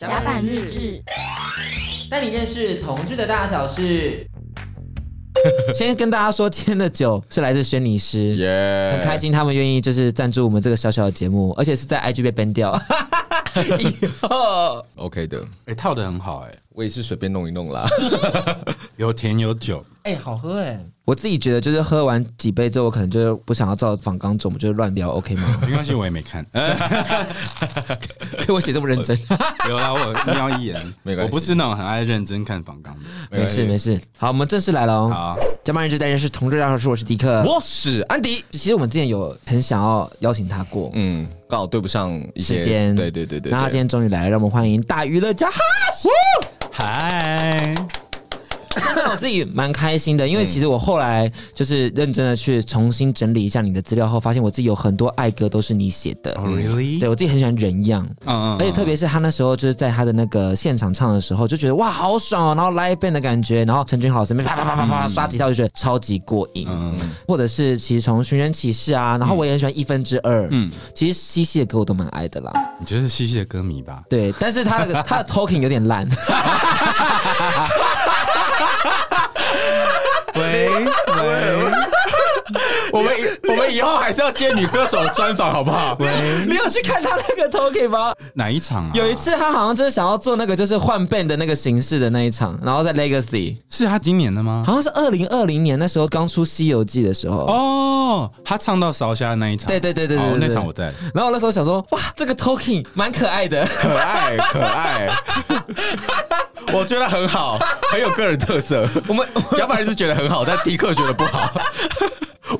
甲板日志，带你认识同志的大小事。先跟大家说，今天的酒是来自轩尼诗耶很开。心他们愿意就是赞助我们这个小小的节目，而且是在 IG 被 ban 掉。以后 OK 的，哎、套的很好、哎，我也是随便弄一弄啦。 有甜有酒，哎、好喝哎、我自己觉得就是喝完几杯之后，我可能就是不想要照仿纲走，我们就乱聊，OK 吗？没关系，我也没看。 呃，给我写这么认真，有啦，我瞄一眼，没关系我不是那种很爱认真看访纲的。没事没事。事。好，我们正式来了哦。好，加班日志带认识同志大小事，我是迪克。我是安迪。其实我们之前有很想要邀请他过，嗯，刚好对不上一些时间，对对对对。然后他今对天终于来了，让我们欢迎大娱乐家哈叔。嗨，那我自己蛮开心的，因嗯为其实我后来就是认真的去重新整理一下你的资料后，发现我自己有很多爱歌都是你写的。哦，really？对我自己很喜欢人样。嗯嗯，而且特别是他那时候就是在他的那个现场唱的时候，就觉得哇好爽哦，然后 live band 的感觉，然后陈君豪身边啪啪啪啪啪刷吉他，我就觉得超级过瘾。嗯，嗯或者是其实从《寻人启事》啊，然后我也很喜欢《一分之二》。嗯，其实西西的歌我都蛮爱的啦。你就是西西的歌迷吧？对，但是他的他的 talking 有点 烂。喂喂 我们以我们以后还是要接女歌手的专访，好不好？喂，你有去看他那个 talking 吗？哪一场啊？有一次他好像就是想要做那个就是换 band 的那个形式的那一场，然后在 Legacy，是他今年的吗？好像是二零二零年那时候刚出《西游记》的时候。哦，他唱到烧虾那一场，对对对对对哦对对那场我在。 然后我那时候想说，哇，这个 talking 蛮可爱的。 可 爱可爱，我觉得很好，很有个人 特色。 我们甲板人是觉得很好，但迪克觉得不好。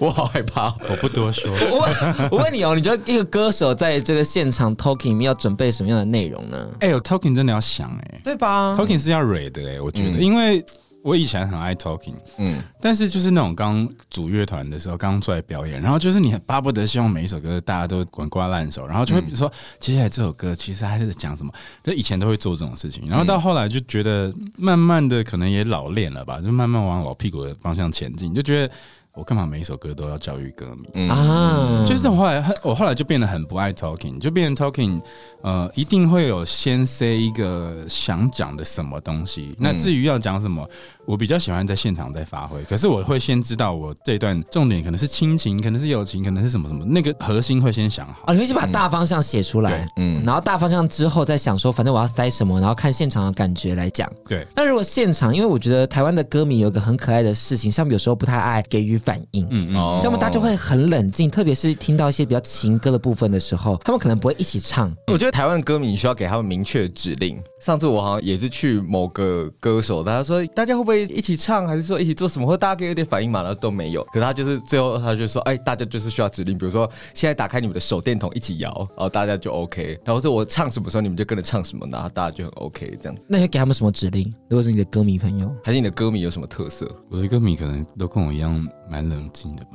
我好害怕。哦我不多说，我问我问你哦，你觉得一个歌手在这个现场 talking 里面要准备什么样的内容呢？哎、有 talking 真的要想哎、对吧 t a l k i n g 是要蕊的哎、我觉得，嗯因为我以前很爱 talking，嗯，但是就是那种刚组乐团的时候，刚出来表演，然后就是你很巴不得希望每一首歌大家都滚瓜烂熟，然后就会比如说，嗯接下来这首歌其实它是讲什么？就以前都会做这种事嗯情，然后到后来就觉得慢慢的可能也老练了吧，就慢慢往老屁股的方向前进，就觉得我干嘛每一首歌都要教育歌迷？啊，就是我后来很，我后来就变得很不爱 talking，就变成 talking，呃，一定会有先 say 一个想讲的什么东西。那至于要讲什么，我比较喜欢在现场再发挥。可是我会先知道我这段重点可能是亲情，可能是友情，可能是什么什么，那个核心会先想好。啊，你会先把大方向写出来，嗯，然后大方向之后再想说，反正我要塞什么，然后看现场的感觉来讲。对，那如果现场，因为我觉得台湾的歌迷有一个很可爱的事情，像有时候不太爱给予反应，嗯，哦这样他就会很冷静，特别是听到一些比较情歌的部分的时候，他们可能不会一起唱。我觉得台湾歌迷需要给他们明确的指令。上次我好像也是去某个歌手，他说哎大家会不会一起唱，还是说一起做什么？或大家给有点反应嘛，然后都没有。可是他就是最后他就说，哎，大家就是需要指令，比如说现在打开你们的手电筒一起摇，然后大家就 OK。然后说我唱什么时候你们就跟着唱什么，然后大家就很 OK 这样子。那你会给他们什么指令？如果是你的歌迷朋友，还是你的歌迷有什么特色？我的歌迷可能都跟我一样蛮冷静的吧。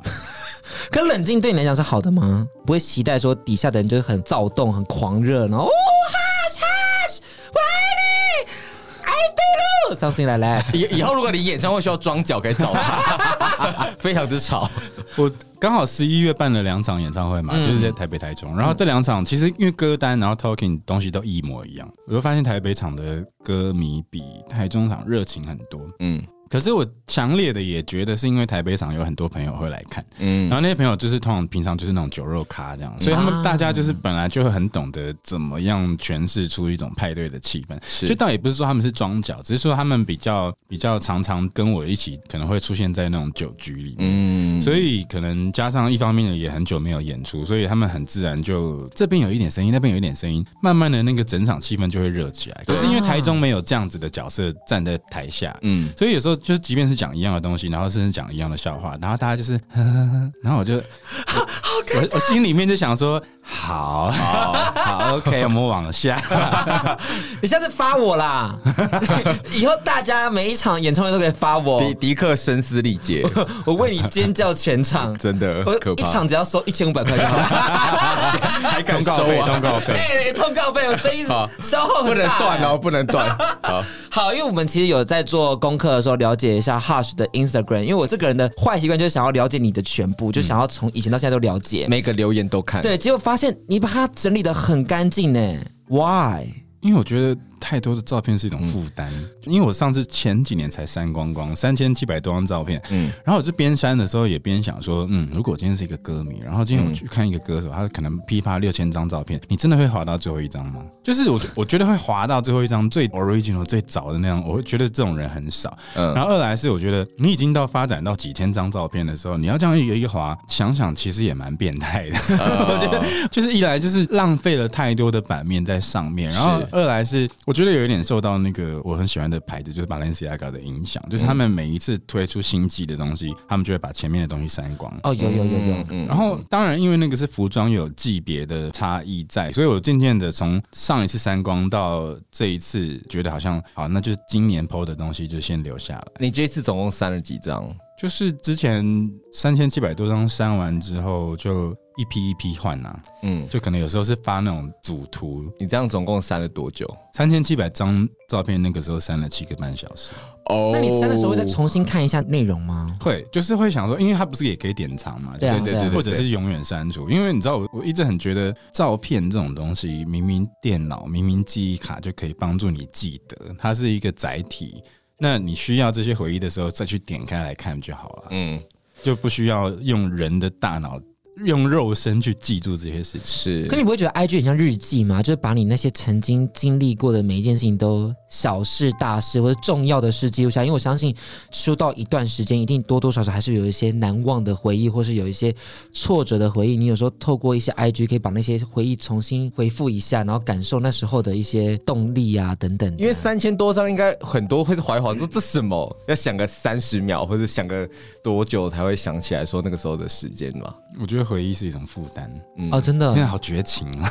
可冷静对你来讲是好的吗？不会期待说底下的人就是很躁动、很狂热，然后哦哈哈，我爱你，I still love something like that。 以以后如果你演唱会需要装脚，可以找他， 非常之吵。我刚好十一月办了两场演唱会嘛，嗯就是在台北、台中。然后这两场其实因为歌单，然后 talking 东西都一模一样，我就发现台北场的歌迷比台中场热情很多。嗯可是我强烈的也觉得是因为台北场有很多朋友会来看，然嗯，后那些朋友就是通常平常就是那种酒肉咖这样，所以他们大家就是本来就会很懂得怎么样诠释出一种派对的气氛。是就倒也不是说他们是装脚，只是说他们比较比较常常跟我一起，可能会出现在那种酒局里面。嗯，所以可能加上一方面也很久没有演出，所以他们很自然就这边有一点声音，那边有一点声音，慢慢的那个整场气氛就会热起来。可是因为台中没有这样子的角色站在台下，嗯，所以有时候就是即便是讲一样的东西，然后甚至讲一样的笑话，然后大家就是， 呵呵呵然后我就， 我我心里面就想说，好 好好，OK，我们往下。你下次发我啦！ 以后大家每一场演唱会都可以发我，迪迪克声嘶力竭，。我为你尖叫全场 真的我可一怕。场只要收一千五百块就 好， 还通告费，通告 费。哎，通告费，我声音好消耗 不很能大。断哦，不能断。 好，好，因为我们其实有在做功课的时候了解一下 Hush 的 Instagram，因为我这个人的坏习惯就是想要了解你的全嗯部，就想要从以前到现在都了解。每个留言都看。对，结果发现你把它整理的很干净呢，Why？因为我觉得太多的照片是一种负担。因为我上次前几年才删光光三千七百多张照片，嗯嗯，然后我就边删的时候也边想说，嗯，如果我今天是一个歌迷，然后今天我去看一个歌手，他可能批发六千张照片，你真的会滑到最后一张吗？就是我我觉得会滑到最后一张最 original 最早的那样，我会觉得这种人很少。嗯然后二来是我觉得你已经到发展到几千张照片的时候，你要这样一个一个滑，想想其实也蛮变态的。 我觉得就是一来就是浪费了太多的版面在上面，然后是二来是我觉得有一点受到那个我很喜欢的牌子就是 Balenciaga 的影响，就是他们每一次推出新季的东西，他们就会把前面的东西删光。哦，有有有有，嗯然后，当然，因为那个是服装有季别的差异在，所以我渐渐的从上一次删光到这一次，觉得好像好，那就是今年 PO 的东西就先留下来。你这次总共删了几张？就是之前三千七百多张删完之后，就一批一批换呐、嗯，就可能有时候是发那种组图，你这样总共删了多久？三千七百张照片，那个时候删了七个半小时。哦那你删的时候会再重新看一下内容吗？会，就是会想说，因为它不是也可以典藏嘛，对啊就是对啊对啊或者是永远删除。因为你知道我，我一直很觉得照片这种东西，明明电脑、明明记忆卡就可以帮助你记得，它是一个载体。那你需要这些回忆的时候，再去点开来看就好了，嗯，就不需要用人的大脑、用肉身去记住这些事情。是可。你不会觉得 IG 很像日记吗？就是把你那些曾经经历过的每一件事情都小事、大事或者重要的事记录下来，因为我相信出到一段时间，一定多多少少还是有一些难忘的回忆，或是有一些挫折的回忆。你有时候透过一些 IG 可以把那些回忆重新回复一下，然后感受那时候的一些动力啊等等的。因为三千多张应该很多会是怀怀说这什么，要想个三十秒或者想个多久才会想起来说那个时候的时间吧。我觉得回忆是一种负担，哦，真的嗯现在好绝情啊！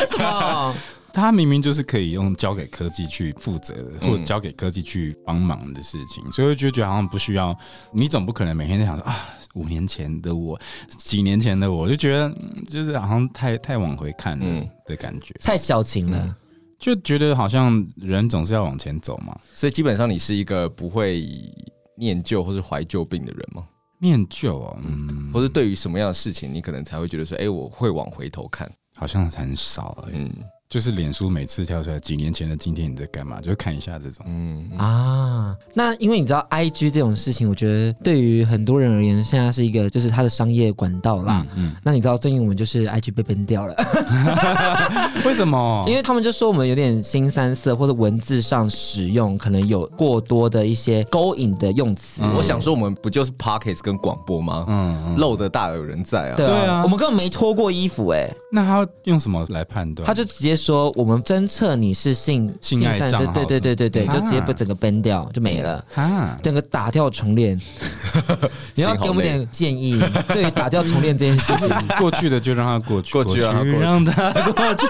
为什么？它明明就是可以用交给科技去负责的，或者交给科技去帮忙的事情，所以我就觉得好像不需要。你总不可能每天在想说啊，五年前的我，几年前的我，我就觉得嗯就是好像太太往回看嗯了的感觉， 太矫情了。就觉得好像人总是要往前走嘛。所以基本上你是一个不会念旧或是怀旧病的人吗？念旧哦，嗯，或是对于什么样的事情，你可能才会觉得说，哎、我会往回头看。好像很少了、嗯就是脸书每次跳出来几年前的今天你在干嘛，就看一下这种。嗯啊，那因为你知道 I G 这种事情，我觉得对于很多人而言，现在是一个就是它的商业管道啦。嗯那你知道最近我们就是 I G 被崩掉了，嗯，为什么？ 因为他们就说我们有点新三色，或者文字上使用可能有过多的一些勾引的用词。我想说，我们不就是 pockets 跟广播吗？嗯，嗯漏的大有人在啊。对对啊我们根本没脱过衣服哎、那他要用什么来判断？他就直接说我们侦测你是性啊性爱三色账号对对对对对，啊就直接把整个崩掉就没了。哈，整个打掉重 练，你要给我们幸好点建议，对于打掉重练这件事情。过去的就让它过去，过去让它过去让它过去。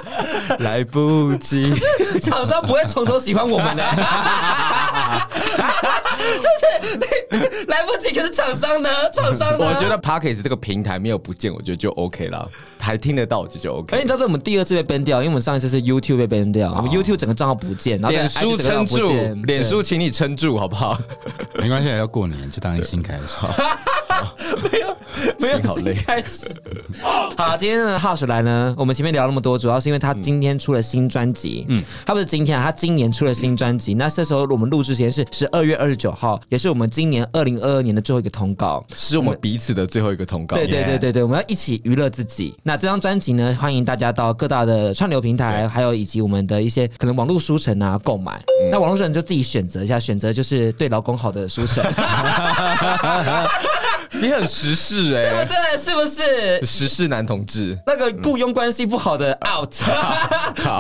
来不及， 厂商不会从头喜欢我们的、 就是你来不及，可是厂商呢？厂商呢？我觉得 Pockets 这个平台没有不见，我觉得就 OK 了，还听得到，我觉得就哎、你 OK。知道这是我们第二次被 ban 掉，因为我们上一次是 YouTube 被 ban 掉，我们 YouTube 整个账号不见，然后哦脸但是 IG 整书个账号撑不住见，，脸书请你撑住，好不好？ 没关系，要过年就当一新开始。 没有心好累新开始。 好，今天的 Hush 来呢，我们前面聊那么多，主要是因为他今天出了新专辑，嗯，他不是今天啊，他今年出了新专辑。那这时候我们录制时间是十二月二十九号，也是我们今年二零二二年的最后一个通告。是我们彼此的最后一个通告。对对 Yeah 对对对，我们要一起娱乐自己。那这张专辑呢，欢迎大家到各大的串流平台，还有以及我们的一些可能网络书城啊购买。那网络书城就自己选择一下，选择就是对老公好的书城，你很时事哎、对不对？是不是？时事男同志，那个雇佣关系不好的 out，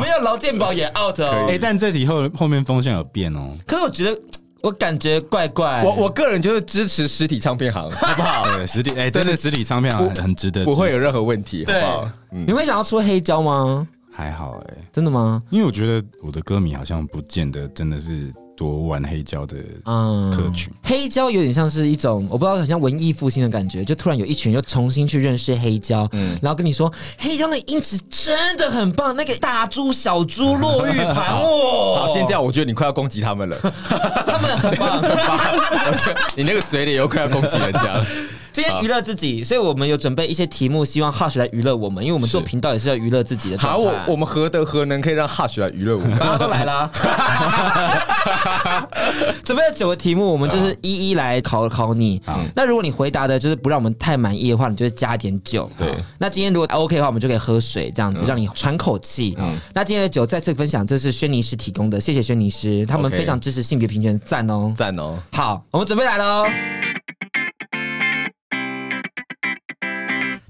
没 有劳健保也 out 可哦哎、以。但这题后后面风向有变哦。可是我觉得，我感觉怪怪。我我个人就是支持实体唱片行，好不好？对，实体哎、真的实体唱片很很值得支持，不会有任何问题，好不好？你会想要出黑胶吗？还好哎、真的吗？因为我觉得我的歌迷好像不见得真的是多玩黑胶的嗯，客群。黑胶有点像是一种，我不知道，很像文艺复兴的感觉，就突然有一群人又重新去认识黑胶，嗯然后跟你说黑胶的音质真的很棒，那个大珠小珠落玉盘哦， 好，现在我觉得你快要攻击他们了， 他们很棒，我觉得你那个嘴脸又快要攻击人家了。今天娱乐自己，所以我们有准备一些题目，希望 Hush 来娱乐我们，因为我们做是频道也是要娱乐自己的状态。好，我我们何德何能可以让 Hush 来娱乐我们？大家都来啦、 准备了九个题目，我们就是一一来考考你。那如果你回答的就是不让我们太满意的话，你就是加点酒。对那今天如果 OK 的话，我们就可以喝水，这样子、让你喘口气。那今天的酒再次分享，这是轩尼诗提供的，谢谢轩尼诗，他们 OK 非常支持性别平权，赞哦。 赞哦！好，我们准备来哦喽。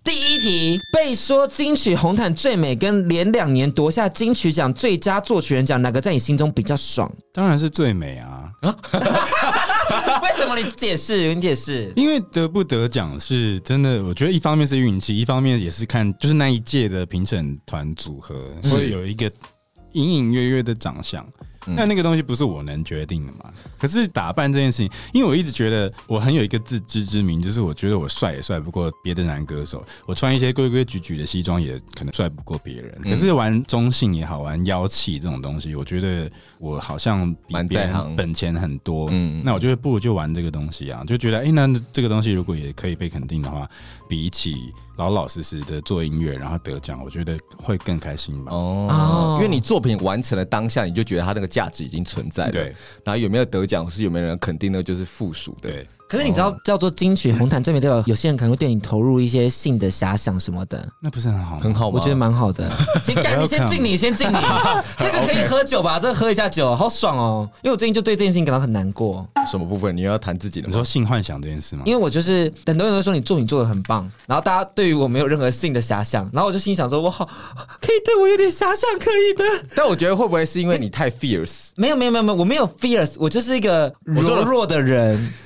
第一题，被说金曲红毯最美，跟连两年夺下金曲奖最佳作曲人奖，哪个在你心中比较爽？当然是最美啊， 为什么你解释？你解释。因为得不得奖是真的，我觉得一方面是运气，一方面也是看就是那一届的评审团组合嗯会有一个隐隐约约的长相。那那个东西不是我能决定的嘛？可是打扮这件事情，因为我一直觉得我很有一个自知之明，就是我觉得我帅也帅不过别的男歌手，我穿一些规规矩矩的西装也可能帅不过别人。嗯可是玩中性也好，玩妖气这种东西，我觉得我好像比蛮别在人行本钱很多。嗯那我就会不如就玩这个东西啊，就觉得哎、诶那这个东西如果也可以被肯定的话，比起老老实实的做音乐然后得奖，我觉得会更开心吧。哦哦，因为你作品完成了当下，你就觉得它那个价值已经存在了。对，然后有没有得奖，或是有没有人肯定呢？就是附属的。对，可是你知道，叫做金曲红毯最美，代表有些人可能会对你投入一些性的遐想什么的，那不是很好吗？很好吗？我觉得蛮好 的。先干，你先 Welcome 敬你，先 敬你。这个可以喝酒吧？这个喝一下酒，好爽哦！因为我最近就对这件事情感到很难过。什么部分你又要谈自己的你吗？说性幻想这件事吗？因为我就是很多人都说你作品做的很棒，然后大家对于我没有任何性的遐想，然后我就心想说，我好可以对我有点遐想，可以的。但我觉得会不会是因为你 太 fierce？没有没有没有没有，我没有 fierce，我就是一个说柔了弱的人。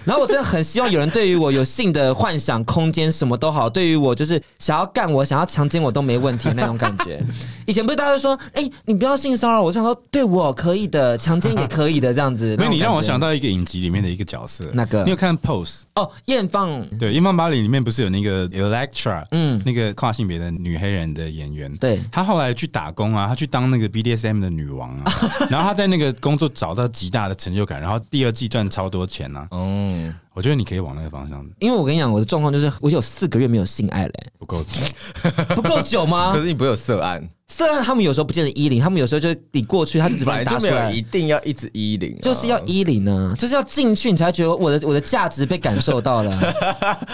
然后我真的很希望有人对于我有性的幻想空间，什么都好。对于我就是想要干我、想要强奸我都没问题那种感觉。以前不是大家都说，哎、你不要性骚扰我，我想说对我可以的，强奸也可以的这样子。没有，你让我那种感想觉到一个影集里面的一个角色，那个你有看《Pose》？哦，艳放，对，《英镑芭蕾》里面不是有那个 Electra，嗯嗯，那个跨性别的女黑人的演员，对她后来去打工啊，她去当那个 BDSM 的女王啊，然后她在那个工作找到极大的成就感，然后第二季赚超多钱啊，嗯，我觉得你可以往那个方向，因为我跟你讲，我的状况就是我有四个月没有性爱欸嘞、不够不够久吗 哦可？是你不会有色案，虽然他们有时候不见得衣领，他们有时候就是你过去，他就只把本你来打就出没有来一，定要一直衣领啊，就是要衣领呢，就是要进去，你才觉得我的我的价值被感受到了，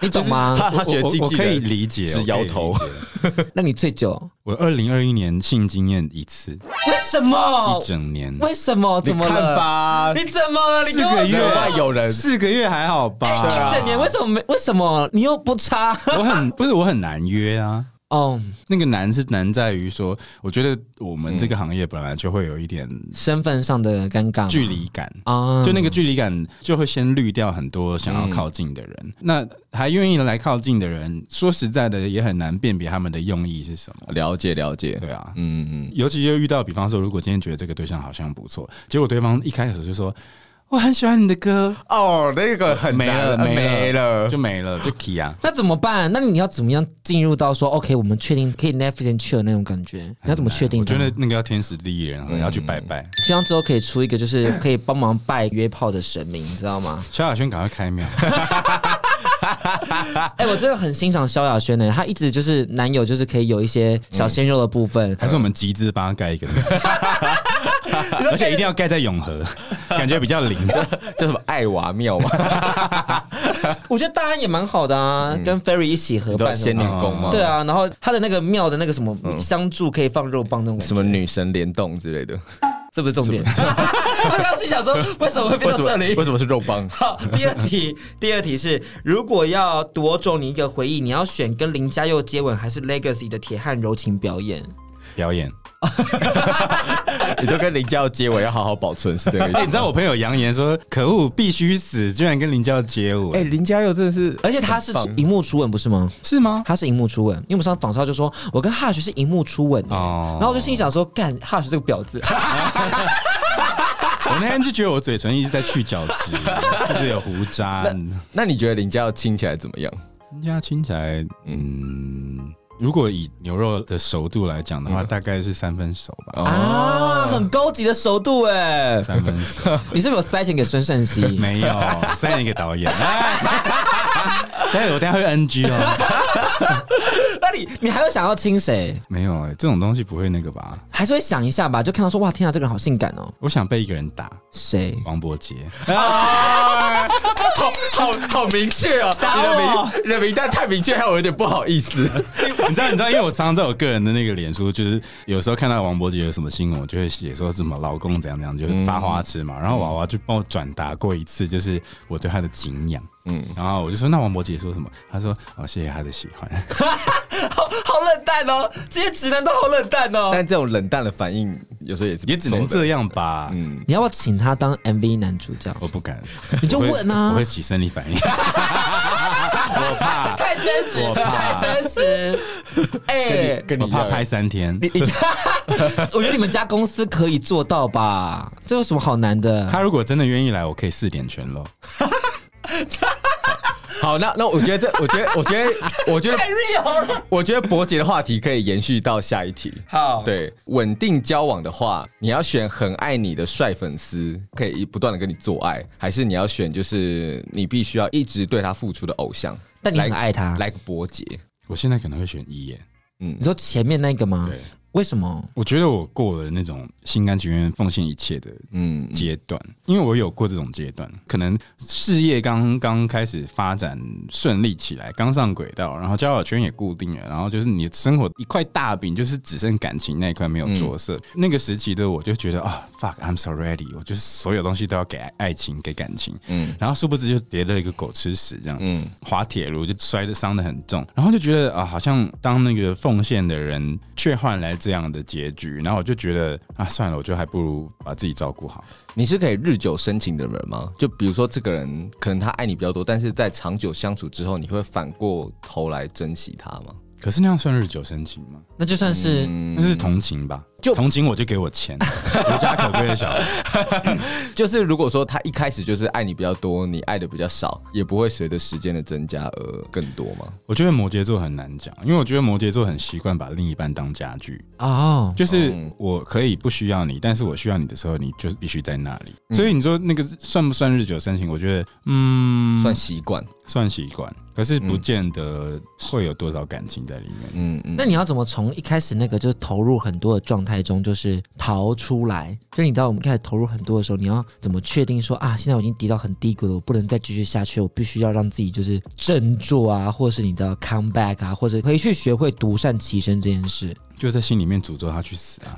你懂吗？ 他他学我经我济可以理解，是摇头我可以理解。那你醉酒？我二零二一年性经验一次，一为什么？整年。为什么？你怎么看了？吧，你怎么了？你跟我四个有月说外有人，四个月还好对吧？啊一整年为什么没？为什么你又不差？我很不是我很难约啊，哦，那个难是难在于说，我觉得我们这个行业本来就会有一点身份上的尴尬吗距离感。嗯啊，就那个距离感，就会先滤掉很多想要靠近的人。嗯那还愿意来靠近的人，说实在的，也很难辨别他们的用意是什么。了解了解，对啊，嗯嗯，尤其又遇到，比方说，如果今天觉得这个对象好像不错，结果对方一开始就说我很喜欢你的歌，哦，那个很没了难没没了就，没了，就 key 啊。那怎么办？那你要怎么样进入到说 OK，我们确定可以 Netflix 去的那种感觉？你要怎么确定我呢？嗯觉得那个要天时地利人和，要去拜拜。希望之后可以出一个 就是可以帮忙拜约炮的神明，你知道吗？萧亚轩赶快开庙， 哎、我真的很欣赏萧亚轩呢、她一直就是男友就是可以有一些小鲜肉的部 分，还是我们集资帮他盖一个 庙，而且一定要盖在永和，感觉比较灵。叫什么爱娃庙嘛，我觉得大家也蛮好的啊，嗯跟 Ferry 一起合你知道办什仙么女的。宫吗？对，啊，然后他的那个庙的那个什么香柱可以放肉棒那种感觉，嗯什么女神联动之类的，这不是重点。 我刚刚是想说，为什么会变为到什这么里为？什么是肉棒？好，第二题，第二题是，如果要夺走你一个回忆，你要选跟林嘉佑接吻，还是 Legacy 的铁汉柔情表演？表演。你就跟林家要接吻，要好好保存，是这个意哎、思你知道我朋友扬言说，可恶，必须死，居然跟林娇接舞、哎、林家佑真的是，而且他是荧幕初吻，不是吗？是吗？他是荧幕初吻，因为我们上次访超就说，我跟 Hush 是荧幕初吻、哦然后我就心想说，干 Hush 这个婊子，我那天就觉得我嘴唇一直在去角 质，一直有胡渣。那你觉得林家佑亲起来怎么样？人家听起来，嗯，如果以牛肉的熟度来讲的话，大概是三分熟吧， 啊，很高级的熟度哎，三分熟 你是不是有塞钱给孙胜熙？没有，三一个导演。哎但是我等一下会 NG 哦。那你你还会想要亲谁？没有哎、这种东西不会那个吧？还是会想一下吧，就看到说哇，天啊，这个人好性感哦，我想被一个人打，谁？王伯杰。 好好明确哦，你我的名你的名单太明确，害我有点不好意思。你知道，你知道，因为我常常在我个人的那个脸书，就是有时候看到王伯杰有什么新闻，我就会写说什么老公怎样怎样，就是发花痴嘛。然后娃娃就帮我转达过一次，就是我对他的敬仰。嗯，然后我就说那王伯杰说什么？他说哦，谢谢他的喜欢。好好冷淡哦，这些直男都好冷淡哦。 但这种冷淡的反应，有时候也是也只能不错的这样吧。嗯你要不要请他当 MV 男主角？我不敢，你就我会问啊我会起生理反应。我怕，太真实我怕太真实。 哎、跟你我一怕样拍三天。你 你家，我觉得你们家公司可以做到吧？这有什么好难的？他如果真的愿意来，我可以四点全漏。好，那那我觉得这，我觉得，我觉得，我觉得， real 了。我觉得伯杰的话题可以延续到下一题。好，对，稳定交往的话，你要选很爱你的帅粉丝，可以不断的跟你做爱，还是你要选就是你必须要一直对他付出的偶像？但你很来爱他来个伯杰，我现在可能会选一耶。你说前面那个吗？对为什么？我觉得我过了那种心甘情愿奉献一切的嗯，阶段，因为我有过这种阶段，可能事业刚刚开始发展顺利起来，刚上轨道，然后交友圈也固定了，然后就是你生活一块大饼，就是只剩感情那一块没有着色。那个时期的我就觉得啊、f u c k I'm so ready，我就是所有东西都要给爱爱情，给感情，嗯，然后殊不知就跌了一个狗吃屎这样，嗯，滑铁卢就摔的伤的很重，然后就觉得啊，好像当那个奉献的人却换来这样的结局，然后我就觉得啊，算了，我就还不如把自己照顾好。你是可以日久生情的人吗？就比如说这个人可能他爱你比较多，但是在长久相处之后，你会反过头来珍惜他吗？可是那样算日久生情吗？那就算是、嗯那是同情吧？就同情我就给我钱， 无家可归的小孩。就是如果说他一开始就是爱你比较多，你爱的比较少，也不会随着时间的增加而更多吗？我觉得摩羯座很难讲，因为我觉得摩羯座很习惯把另一半当家具，哦，就是我可以不需要你，但是我需要你的时候，你就必须在那里。嗯所以你说那个算不算日久生情？我觉得，嗯，算习惯，算习惯，可是不见得会有多少感情在里面。嗯嗯，那你要怎么从一开始那个就是投入很多的状态中，就是逃出来？就是你知道我们开始投入很多的时候，你要怎么确定说啊，现在我已经跌到很低谷了，我不能再继续下去，我必须要让自己就是振作啊，或者是你的 come back 啊，或者回去学会独善其身这件事。就在心里面诅咒他去死啊！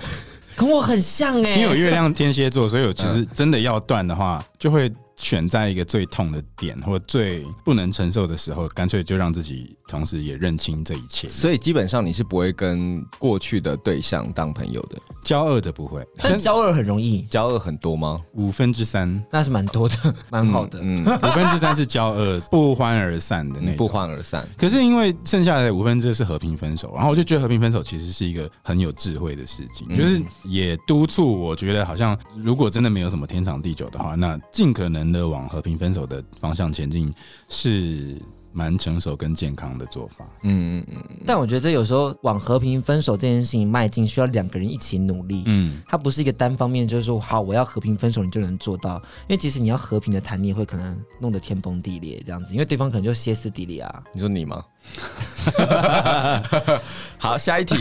跟我很像哎、因为我月亮天蝎座，所以我其嗯实真的要断的话，就会选在一个最痛的点或最不能承受的时候，干脆就让自己同时也认清这一切。所以基本上你是不会跟过去的对象当朋友的。骄傲的不会，但交二很容易，骄傲很多吗？五分之三，那是蛮多的，蛮好的。 嗯，五分之三是骄傲，不欢而散的那不种。欢而散。可是因为剩下的五分之二是和平分手，然后我就觉得和平分手其实是一个很有智慧的事情，就是也督促我觉得好像如果真的没有什么天长地久的话，那尽可能的往和平分手的方向前进是蛮成熟跟健康的做法。嗯嗯但我觉得这有时候往和平分手这件事情迈进，需要两个人一起努力。嗯，它不是一个单方面，就是说好我要和平分手，你就能做到。因为即使你要和平的谈，你也会可能弄得天崩地裂这样子，因为对方可能就歇斯底里啊。你说你吗？ 好，下一题。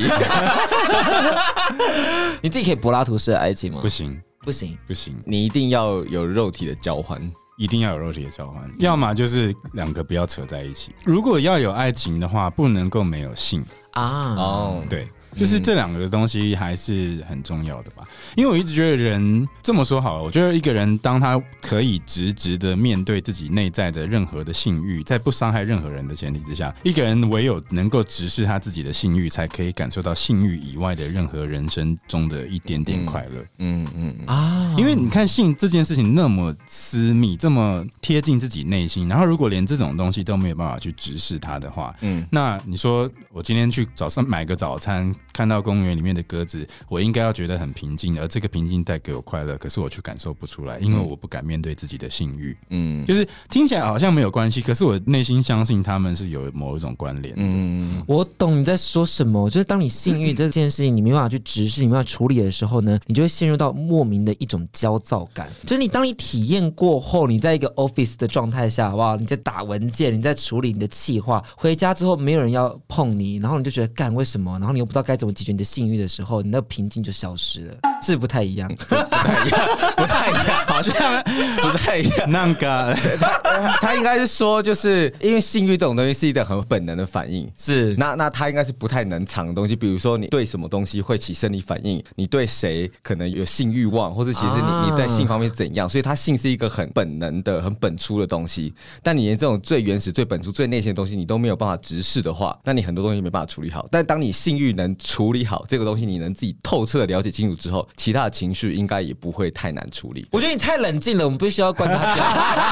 你自己可以柏拉图式的爱情吗？不行不行，不行，你一定要有肉体的交换。一定要有肉体的交换，要么就是两个不要扯在一起。如果要有爱情的话，不能够没有性。啊，哦，对，就是这两个东西还是很重要的吧。因为我一直觉得人这么说好了，我觉得一个人当他可以直直的面对自己内在的任何的性欲，在不伤害任何人的前提之下，一个人唯有能够直视他自己的性欲，才可以感受到性欲以外的任何人生中的一点点快乐。嗯嗯嗯，啊，因为你看性这件事情那么私密，这么贴近自己内心，然后如果连这种东西都没有办法去直视它的话，嗯嗯，那你说我今天去早上买个早餐，看到公园里面的鸽子，我应该要觉得很平静，而这个平静带给我快乐，可是我却感受不出来，因为我不敢面对自己的性欲。嗯就是听起来好像没有关系，可是我内心相信他们是有某一种关联。 嗯，我懂你在说什么，就是当你性欲这件事情你没办法去直视、你没办法处理的时候呢，你就会陷入到莫名的一种焦躁感。就是你当你体验过后，你在一个 office 的状态下，好不好？你在打文件，你在处理你的气话，回家之后没有人要碰你，然后你就觉得干为什么？然后你又不知道该怎么解决你的性欲的时候，你那平静就消失了，是不是不太一样。不太一样，好 像不哎太一样。那个，啊他应该是说，就是因为性欲这种东西是一个很本能的反应， 是那那他应该是不太能藏的东西，比如说你对什么东西会起生理反应，你对谁可能有性欲望，或者其实你、啊你在性方面怎样，所以他性是一个很本能的、很本初的东西。但你连这种最原始、最本初、最内心的东西，你都没有办法直视的话，那你很多东西没办法处理好。但当你性欲能处理好这个东西，你能自己透彻的了解清楚之后，其他的情绪应该也不会太难处理。我觉得你太冷静了，我们必须要观察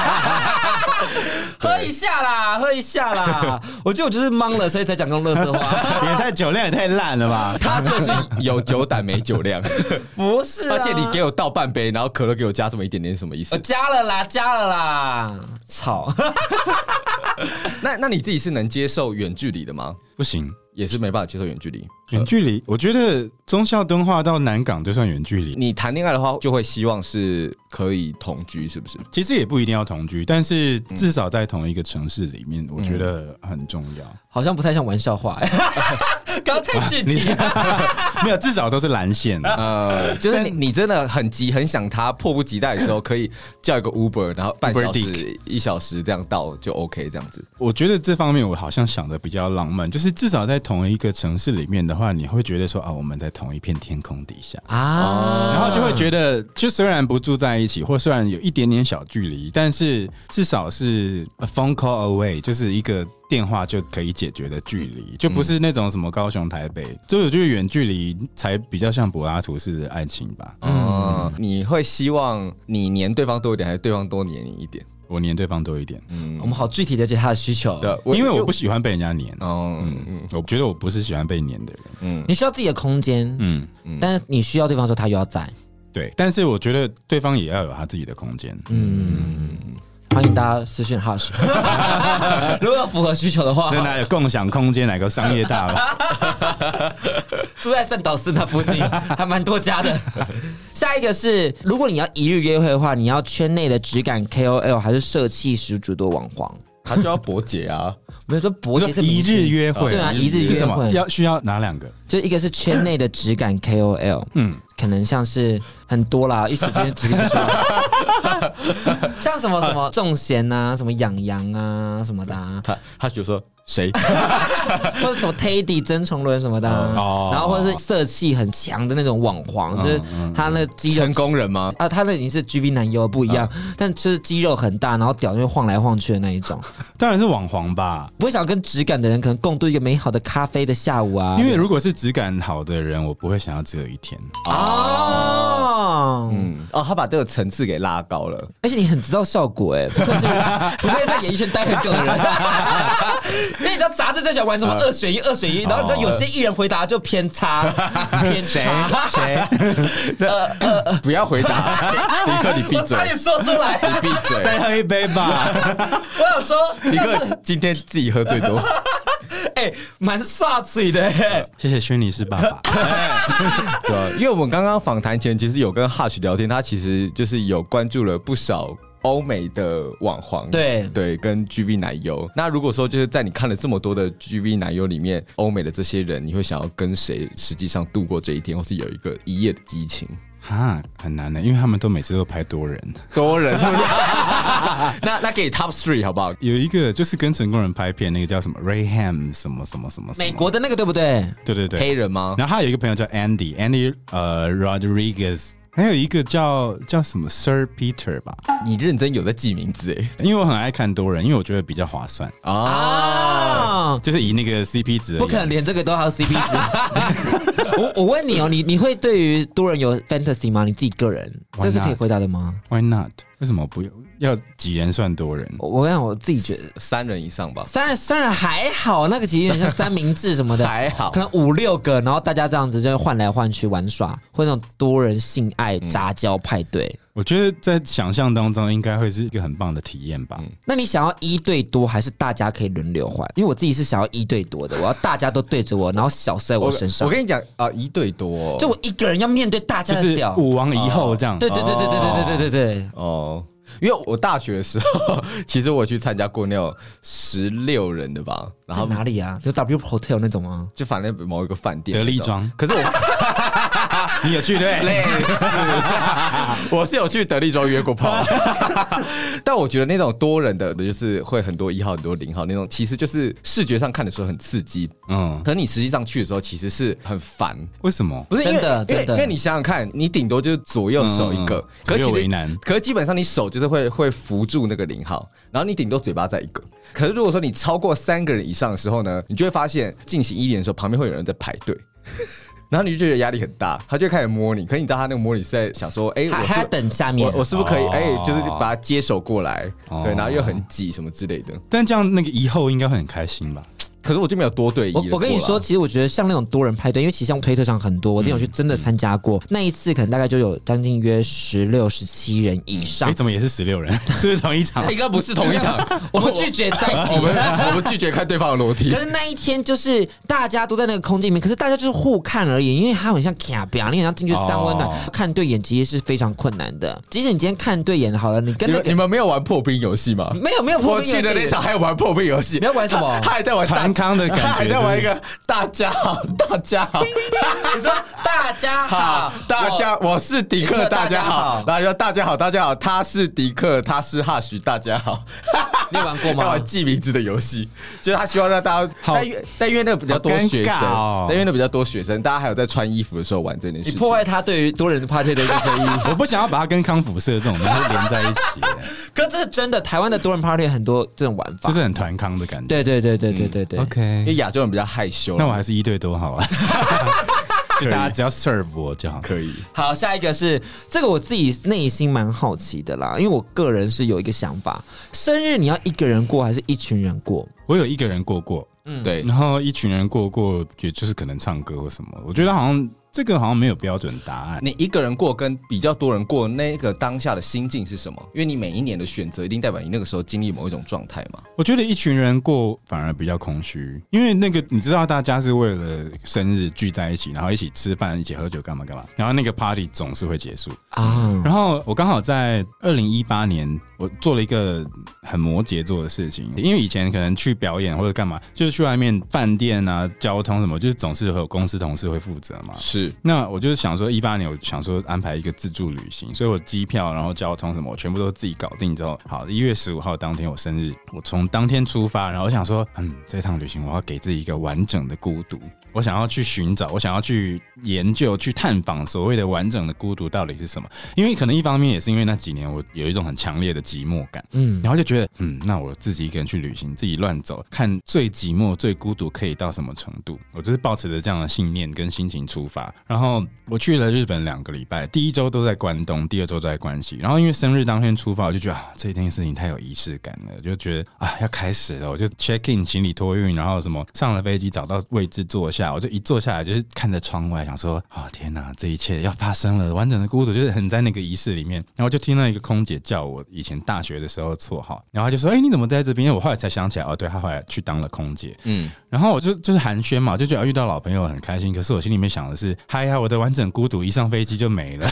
酒。 喝一下啦，喝一下啦！我觉得我就是懵了，所以才讲这种乐色话。也太酒量也太烂了吧？他就是有酒胆没酒 量，不是、啊，而且你给我倒半杯，然后可乐给我加这么一点点，什么意思我？加了啦，加了啦！操， 那那你自己是能接受远距离的吗？不行，也是没办法接受远距离。远距离，我觉得忠孝敦化到南港就算远距离，你谈恋爱的话，就会希望是可以同居，是不是？其实也不一定要同居，但是至少在同一个城市里面，我觉得很重要。好像不太像玩笑 话、欸，刚太具体了。没有，至少都是蓝线。 啊呃，就是你你真的很急很想他，迫不及待的时候，可以叫一个 Uber，然后半 Uber 小时、一小时这样到就 OK 这样子。我觉得这方面我好像想的比较浪漫，就是至少在同一个城市里面的话，你会觉得说啊，我们在同一片天空底下。啊，然后就会觉得，就虽然不住在一起，或虽然有一点点小距离，但是至少是 a phone call away，就是一个电话就可以解决的距离，就不是那种什么高雄、台北，就我觉得远距离才比较像柏拉图式的爱情吧。嗯，你会希望你黏对方多一点，还是对方多黏你一点？我黏对方多一点，我们好具体了解他的需求。对，因为我不喜欢被人家黏。哦，嗯嗯，我觉得我不是喜欢被黏的人。你需要自己的空间，嗯，但是你需要对方的时候，他又要在。对，但是我觉得对方也要有他自己的空间。嗯欢迎大家私讯 Hush，如果符合需求的话，那哪有共享空间？哪个商业大 楼？住在圣岛寺那附 近，还蛮多家的。下一个是，如果你要一日约会的话，你要圈内的质感 KOL 还是社气十足的网黄？他就要伯姐啊，没有说我伯说爵是一明星日约会，对啊，一日是约什么？会要需要哪两个？就一个是圈内的质感 KOL，嗯，可能像是很多啦，一时之间举例不出来， 像什么什么仲贤啊，什么养羊啊什么的、啊， 他他就说谁？或者什么 Teddy 曾崇伦什么的、啊，哦然后或者是色气很强的那种网黄，就是他那肌肉成功人吗？啊，他那已经是 G V 男优不一样，但就是肌肉很大，然后屌就晃来晃去的那一种， 当然是网黄吧。不会想跟质感的人可能共度一个美好的咖啡的下午啊，因为如果是质感好的人，我不会想要只有一天。哦，嗯，哦，他把这个层次给拉高了。而且你很知道效果 哎、不愧是不愧在演艺圈待很久的 人，因为你知道杂志最喜欢玩什么二选一、二选一，然后你知道有些艺人回答就偏 差，偏差， 谁？ 不要回 答，迪克，你闭我嘴差，点说出来， 你闭嘴，再喝一杯吧。我想说，迪克今天自己喝最多。哎，蛮煞嘴的、哎谢谢轩尼诗爸爸。对啊、因为我们刚刚访谈前其实有跟 Hush 聊天，他其实就是有关注了不少。欧美的网黄，对对，跟 GV 奶油。那如果说就是在你看了这么多的 GV 奶油里面，欧美的这些人，你会想要跟谁实际上度过这一天，或是有一个一夜的激情？ 哈，很难的，因为他们都每次都拍多人。 多人是不是？ 那那给你 Top Three 好不好？有一个就是跟成功人拍片，那个叫什么 Ray Ham 什么什么什么什么美国的那个对不对？对对对。黑人吗？然后他有一个朋友叫 Andy，Andy 呃 Rodriguez，还有一个叫叫什么 Sir Peter 吧，你认真有在记名字哎、因为我很爱看多人，因为我觉得比较划算，啊！啊，就是以那个 CP 值而言。不可能连这个都还有 CP 值。 我我问你哦，你你会对于多人有 fantasy 吗？你自己个人， Why 这是可以回答的吗？ ，Why not？为什么不要几人算多人？我我跟你讲，我自己觉得，三人以上吧，虽然虽然还好，那个其实有点像三明治什么的， 还好可。能五六个，然后大家这样子就换来换去玩耍，会那种多人性爱杂交派对。嗯我觉得在想象当中应该会是一个很棒的体验吧。那你想要一对多，还是大家可以轮流换？因为我自己是想要一对多的，我要大家都对着我，然后小射在我我身上。我跟你讲啊，一对多哦就我一个人要面对大家就的是屌。武王以后这样，哦对对对对对对对对对对。哦。因为我大学的时候，其实我去参加过那种十六人的吧，然在后哪里啊？有 W Hotel 那种吗？就反正某一个饭店德那利种庄可是我 你有去对不对？类似， 我是有去德利庄约过炮， 但我觉得那种多人的，就是会很多一号、很多零号那种，其实就是视觉上看的时候很刺激，嗯，可你实际上去的时候其实是很烦。为什么？不是因为真的因为真的因为你想想看，你顶多就是左右手一个，嗯可是左右其实为难可是基本上你手就是会会扶住那个零号，然后你顶多嘴巴在一个。可是如果说你超过三个人以上的时候呢，你就会发现进行一连的时候，旁边会有人在排队。 然后你就觉得压力很大，他就开始摸你，可是你知道他那个摸你是在想说，哎、还我还要是等下面我。我是不是可以，哦哎、就是把他接手过来，哦对，然后又很挤什么之类的。但这样那个以后应该会很开心吧？可是我就没有多对一我了啊我跟你过啦说，， 其实我觉得像那种多人派对，因为其实像推特上很多，我之前有去真的嗯参加过，那一次可能大概就有将近约十六、十七人嗯以上。哎，怎么也是十六人？ 是不是同一场？应该不是同一场，我们拒绝在一起 哦我。们我们拒绝看对方的裸体可。是那一天就是大家都在那个空间里面，可是大家就是互看而已，因为它很像卡比你很像进去三温暖，哦看对眼其实是非常困难的。即使你今天看对眼好了，你跟你那们个你们没有玩破冰游戏吗？没有没有破我冰游戏去的那场还有玩破冰游戏，你要玩什么他他还在玩 大 团康的感觉他还在玩一个大家好，大家好，你说 大家好好，，大家我是迪克，大家好，然后就大家好，大家好，他是迪克，他是哈许，大家好。 你有玩过要吗玩？记名字的游戏，就是他希望让大家，好但因为但因为那个比较多学生，好尴尬哦但因为那比较多学生，大家还有在穿衣服的时候玩这件你事情。破坏他对于多人派对的一个 回忆。我不想要把它跟康复社这种东西连在一起，可这是真的，台湾的多人 party 很多这种玩法。就是很团康的感觉。对对对对对对对。因为嗯 OK，亚洲人比较害羞，那我还是一对多好 啊，就大家只要 serve 我就好。可以。好，下一个是这个我自己内心蛮好奇的啦，因为我个人是有一个想法，生日你要一个人过还是一群人过？我有一个人过过，嗯对，然后一群人过过，也就是可能唱歌或什么。我觉得好像这个好像没有标准答案。你一个人过跟比较多人过，那个当下的心境是什么？因为你每一年的选择，一定代表你那个时候经历某一种状态嘛。我觉得一群人过反而比较空虚，因为那个你知道，大家是为了生日聚在一起，然后一起吃饭、一起喝酒，干嘛干嘛，然后那个 party 总是会结束。啊，然后我刚好在二零一八年，我做了一个很摩羯座的事情，因为以前可能去表演或者干嘛，就是去外面饭店啊、交通什么，就是总是会有公司同事会负责嘛。是，那我就是想说，一八年我想说安排一个自助旅行，所以我机票、然后交通什么，我全部都自己搞定之后，好，一月十五号当天我生日，我从当天出发，然后我想说，嗯，这趟旅行我要给自己一个完整的孤独，我想要去寻找，我想要去研究、去探访所谓的完整的孤独到底是什么，因为可能一方面也是因为那几年我有一种很强烈的寂寞感，嗯，然后就觉得，嗯，那我自己一个人去旅行，自己乱走，看最寂寞、最孤独可以到什么程度。我就是抱持着这样的信念跟心情出发，然后我去了日本两个礼拜，第一周都在关东，第二周都在关西。然后因为生日当天出发，我就觉得啊，这件事情太有仪式感了，就觉得啊，要开始了，我就 check in 行李托运，然后什么上了飞机找到位置坐下，我就一坐下来就是看着窗外，想说啊、天哪，这一切要发生了，完整的孤独就是很在那个仪式里面。然后就听到一个空姐叫我以前大学的时候的绰号，然后她就说：“哎、你怎么在这边？”因为我后来才想起来，哦，对，她后来去当了空姐。嗯，然后我就就是寒暄嘛，就觉得哎遇到老朋友很开心。可是我心里面想的是，嗨呀，我的完整孤独一上飞机就没了，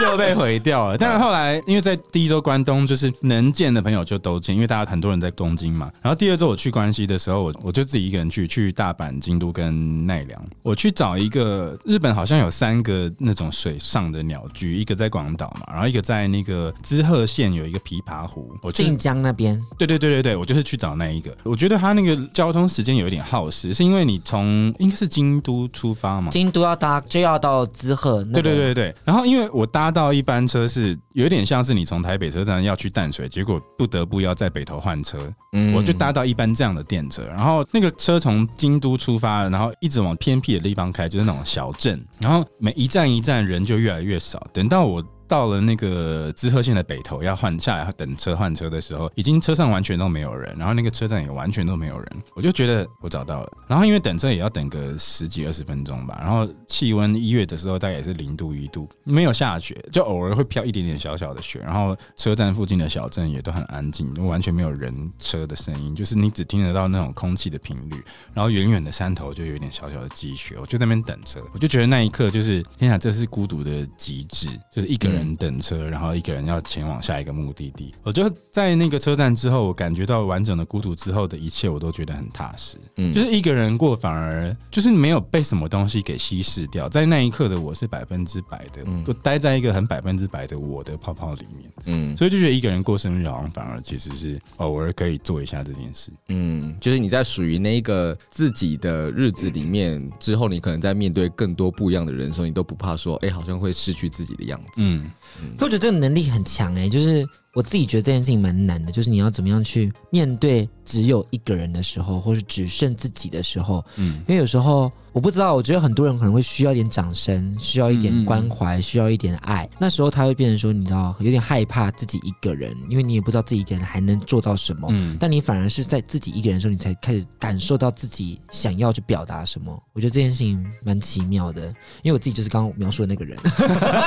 就被毁掉了。但是后来因为在第一周关东，就是能见的朋友就都见，因为大家很多人在东京嘛。然后第二周我去关西的时候，我我就自己一个人去，去大阪、京都跟奈良。我去找一个日本好像有三个那种水上的鸟居，一个在广岛嘛，然后一个在那个滋贺县有一个琵琶湖，我就是晋江那边对对对对对，我就是去找那一个。我觉得他那个交通时间有一点耗时，是因为你从应该是京都出发嘛。京都要搭就要到滋贺，对对，对对，然后因为我搭到一班车是有点像是你从台北车站要去淡水，结果不得不要在北投换车，嗯我就搭到一班这样的电车，然后那个车从京都出发，然后一直往偏僻的地方开，就是那种小镇，然后每一站一站人就越来越少。等到我到了那个滋贺县的北头，要换下来等车换车的时候，已经车上完全都没有人，然后那个车站也完全都没有人，我就觉得我找到了。然后因为等车也要等个十几二十分钟吧，然后气温一月的时候大概也是零度一度，没有下雪，就偶尔会飘一点点小小的雪。然后车站附近的小镇也都很安静，就完全没有人车的声音，就是你只听得到那种空气的频率。然后远远的山头就有点小小的积雪，我就在那边等车，我就觉得那一刻就是天啊，这是孤独的极致，就是一个人等车，然后一个人要前往下一个目的地。我就在那个车站之后，我感觉到完整的孤独之后的一切，我都觉得很踏实。嗯就是一个人过，反而就是没有被什么东西给稀释掉。在那一刻的我是百分之百的，嗯我待在一个很百分之百的我的泡泡里面，嗯所以就觉得一个人过生日好像反而其实是偶尔可以做一下这件事。嗯，就是你在属于那一个自己的日子里面之后，你可能在面对更多不一样的人的时候，你都不怕说，哎、好像会失去自己的样子。嗯，可我觉得这个能力很强哎、就是我自己觉得这件事情蛮难的，就是你要怎么样去面对只有一个人的时候，或是只剩自己的时候，嗯嗯，因为有时候我不知道，我觉得很多人可能会需要一点掌声，需要一嗯嗯点嗯关怀，需要一点爱，那时候他会变成说，你知道，有点害怕自己一个人，因为你也不知道自己一个人还能做到什么，嗯但你反而是在自己一个人的时候，你才开始感受到自己想要去表达什么。我觉得这件事情蛮奇妙的，因为我自己就是刚刚描述的那个人。啊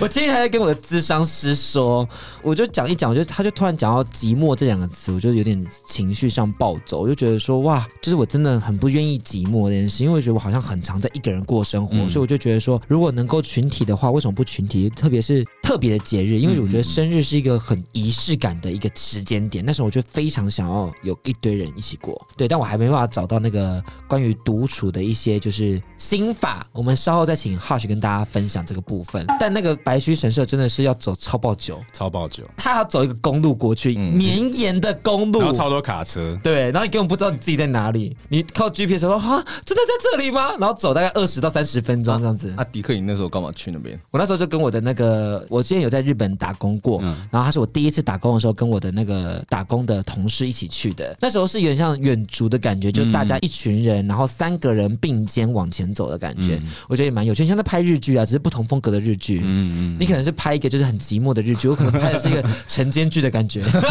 我今天还在跟我的咨商师说，我就讲一讲，我就他就突然讲到寂寞这两个词，我就有点情绪上暴走，我就觉得说哇，就是我真的很不愿意寂寞这件事，因为我觉得我好像很常在一个人过生活，嗯所以我就觉得说，如果能够群体的话，为什么不群体？特别是特别的节日，因为我觉得生日是一个很仪式感的一个时间点，那时候我就非常想要有一堆人一起过，对，但我还没办法找到那个关于独处的一些就是心法，我们稍后再请 Hush 跟大家分享这个部分。但那个白须神社真的是要走超爆久。超爆久，他要走一个公路过去，嗯绵延的公路然后，超多卡车，对，然后你根本不知道你自己在哪里，你靠 GPS 说哈，真的在这里吗？然后走大概二十到三十分钟这样子。啊，迪克，你那时候干嘛去那边？我那时候就跟我的那个，我之前有在日本打工过，嗯然后他是我第一次打工的时候，跟我的那个打工的同事一起去的。那时候是有点像远足的感觉，就嗯大家一群人，然后三个人并肩往前走的感觉，我觉得也蛮有趣，像在拍日剧啊，只是不同风格的日剧。嗯你可能是拍一个就是很寂寞的日剧，我可能拍的是一个 晨间剧的感觉。嗯，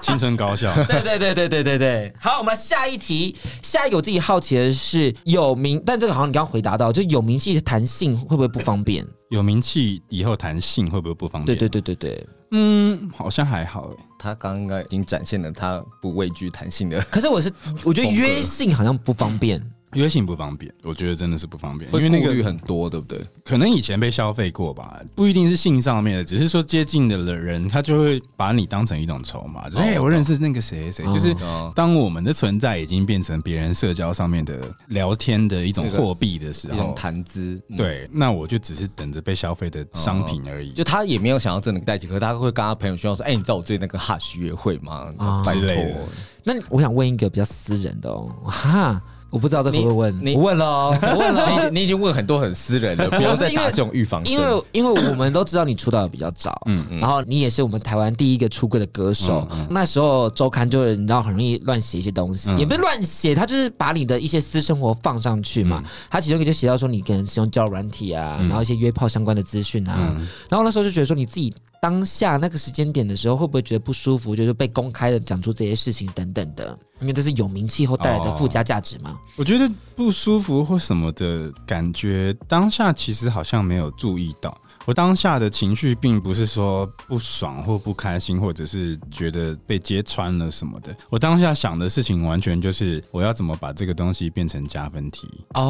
青春高校。 对对对对对对对。好，我们来下一题。下一个我自己好奇的是，有名，但这个好像你刚刚回答到，就有名气谈性会不会不方便？有名气以后谈性会不会不方对便？啊对，对对对。嗯，好像还好哎、他刚刚应该已经展现了他不畏惧弹性的，可是我是我觉得约性好像不方便，约性不方便，我觉得真的是不方便，因因为为那那个虑个很多，对不对？可能以前被消费过吧，不一定是性上面的，只是说接近的人他就会把你当成一种筹码，就是哦哎、懂我认识那个谁谁，哦就是哦当我们的存在已经变成别人社交上面的聊天的一种货币的时一种候，谈资，嗯，对，那我就只是等着被消费的商品而已。就他也没有想要真的在一起，可是他会跟他朋友炫耀说：“哎、你知道我最近那个哈许约会吗？”啊拜之托类的，那我想问一个比较私人的哦，哈，我不知道这个会不会问，你我问了哦，我问了哦。 你你已经问很多很私人的，不要再打这种预防针。因为因为我们都知道你出道的比较早，嗯，然后你也是我们台湾第一个出柜的歌手，那时候周刊就是你知道很容易乱写一些东西，也不是乱写，他就是把你的一些私生活放上去嘛。他其中一个就写到说你可能使用交友软体啊，然后一些约炮相关的资讯啊，然后那时候就觉得说你自己。当下那个时间点的时候，会不会觉得不舒服？就是被公开的讲出这些事情等等的，因为这是有名气后带来的附加价值嘛。我觉得不舒服或什么的感觉，当下其实好像没有注意到。我当下的情绪并不是说不爽或不开心，或者是觉得被揭穿了什么的。我当下想的事情完全就是我要怎么把这个东西变成加分题。哦，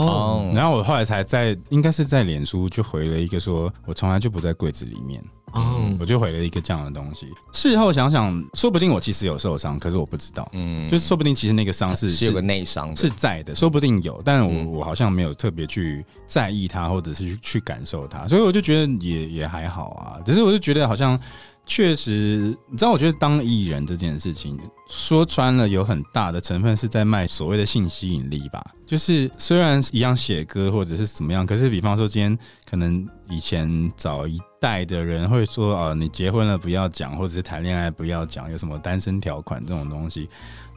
哦，然后我后来才在，应该是在脸书就回了一个说，我从来就不在柜子里面。哦，我就回了一个这样的东西。事后想想，说不定我其实有受伤，可是我不知道。嗯，就是说不定其实那个伤是是有个内伤的，是在的，说不定有，但我、我好像没有特别去在意它，或者是去去感受它，所以我就觉得也也还好啊。只是我就觉得好像确实，你知道，我觉得当艺人这件事情说穿了，有很大的成分是在卖所谓的性吸引力吧。就是虽然一样写歌或者是怎么样，可是比方说今天可能以前早一代的人会说啊、你结婚了不要讲，或者是谈恋爱不要讲，有什么单身条款这种东西。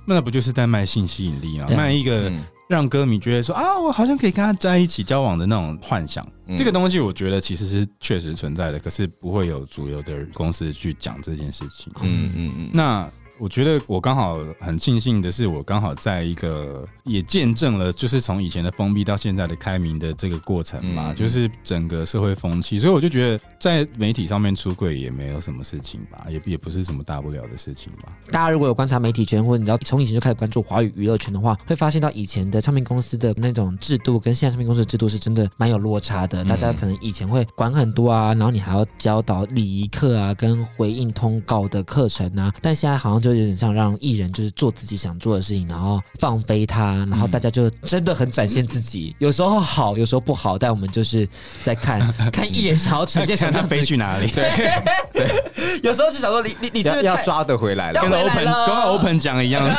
那不就是在卖性吸引力吗？对啊卖一个嗯让歌迷觉得说啊，我好像可以跟他在一起交往的那种幻想。嗯嗯这个东西我觉得其实是确实存在的，可是不会有主流的公司去讲这件事情。嗯嗯嗯，那我觉得我刚好很庆幸的是，我刚好在一个也见证了，就是从以前的封闭到现在的开明的这个过程嘛，嗯就是整个社会风气，所以我就觉得在媒体上面出柜也没有什么事情吧，也也不是什么大不了的事情吧。大家如果有观察媒体圈，或者你知道从以前就开始关注华语娱乐圈的话，会发现到以前的唱片公司的那种制度跟现在唱片公司的制度是真的蛮有落差嗯的。大家可能以前会管很多啊，然后你还要教导礼仪课啊，跟回应通告的课程啊，但现在好像就有点像让艺人就是做自己想做的事情，然后放飞他，然后大家就真的很展现自己，有时候好，有时候不好，但我们就是在看看艺人想要呈现什么看他样子飞。去哪里，有时候就想说你你你是不要是要太抓得回来要 跟回来 open 了跟 open 讲一样。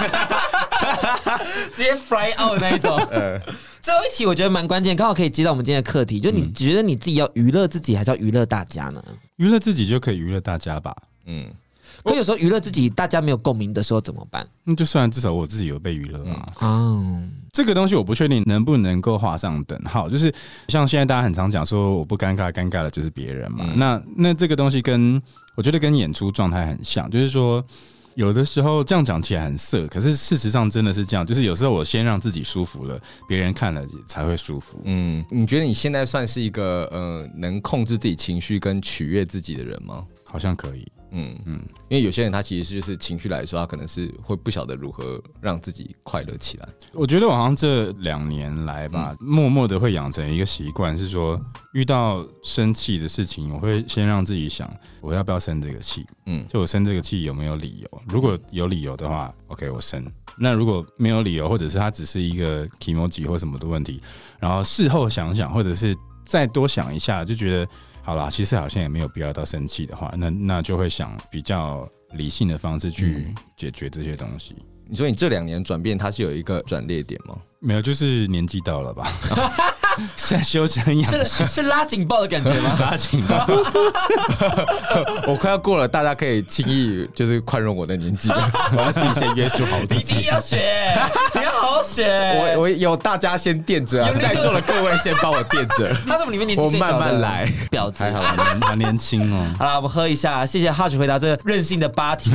直接 fly out 那一 种。呃，最后一题我觉得蛮关键，刚好可以接到我们今天的课题，就你觉得你自己要娱乐自己，还是要娱乐大家呢？娱乐自己就可以娱乐大家吧。嗯，可有时候娱乐自己，大家没有共鸣的时候怎么办？那就算至少我自己有被娱乐嘛。哦，这个东西我不确定能不能够画上等号，就是像现在大家很常讲说我不尴尬，尴尬的就是别人嘛。嗯那那这个东西跟我觉得跟演出状态很像，就是说有的时候这样讲起来很色，可是事实上真的是这样，就是有时候我先让自己舒服了，别人看了才会舒服。嗯，你觉得你现在算是一个呃能控制自己情绪跟取悦自己的人吗？好像可以，嗯嗯，因为有些人他其实是就是情绪来说，他可能是会不晓得如何让自己快乐起来。我觉得我好像这两年来吧，默默的会养成一个习惯，是说遇到生气的事情，我会先让自己想，我要不要生这个气？嗯嗯，就我生这个气有没有理由？如果有理由的话，OK，我生。那如果没有理由，或者是它只是一个 emoji 或什么的问题，然后事后想想，或者是再多想一下，就觉得好啦，其实好像也没有必要到生气的话，那那就会想比较理性的方式去解决这些东西。你说你这两年转变，它是有一个转捩点吗？没有，就是年纪到了吧， 现在修身养是是拉警报的感觉 吗？拉紧吧。 我快要过了，大家可以轻易就是宽容我的年 纪了，我要自己先约束好自你己。今天要学，你要好好学。我我有大家先垫着啊哎有，那个在座的各位先帮我垫 着。他怎么里面年纪最小的我慢慢来，婊子。还好好年好年轻哦。好了，我们喝一下，谢谢 Hush 回答这个任性的八 题，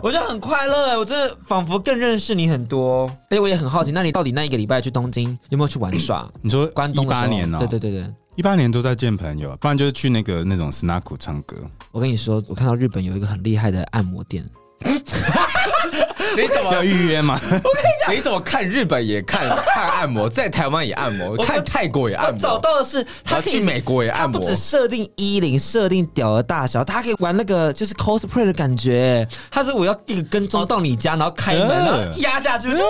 我觉得很快乐、欸我真的仿佛更认识你很多。而且哎我也很好奇，那你到底那一个礼拜去东京有没有去玩耍？你说关东一的时八候年哦，对对，对对。一八年都在见朋友，啊不然就是去那个那种 snack 唱歌。我跟你说，我看到日本有一个很厉害的按摩店，你 啊怎要么预约 吗？你怎么看日本也看看按摩，在台湾也按摩，我看泰国也我按摩，找到的是然他后可去以美国也他按不摩。止设定衣领，设定屌的大小，他可以玩那个就是 cosplay 的感觉。他说我要一直跟踪到你家，然后开门，嗯然后压下去，我就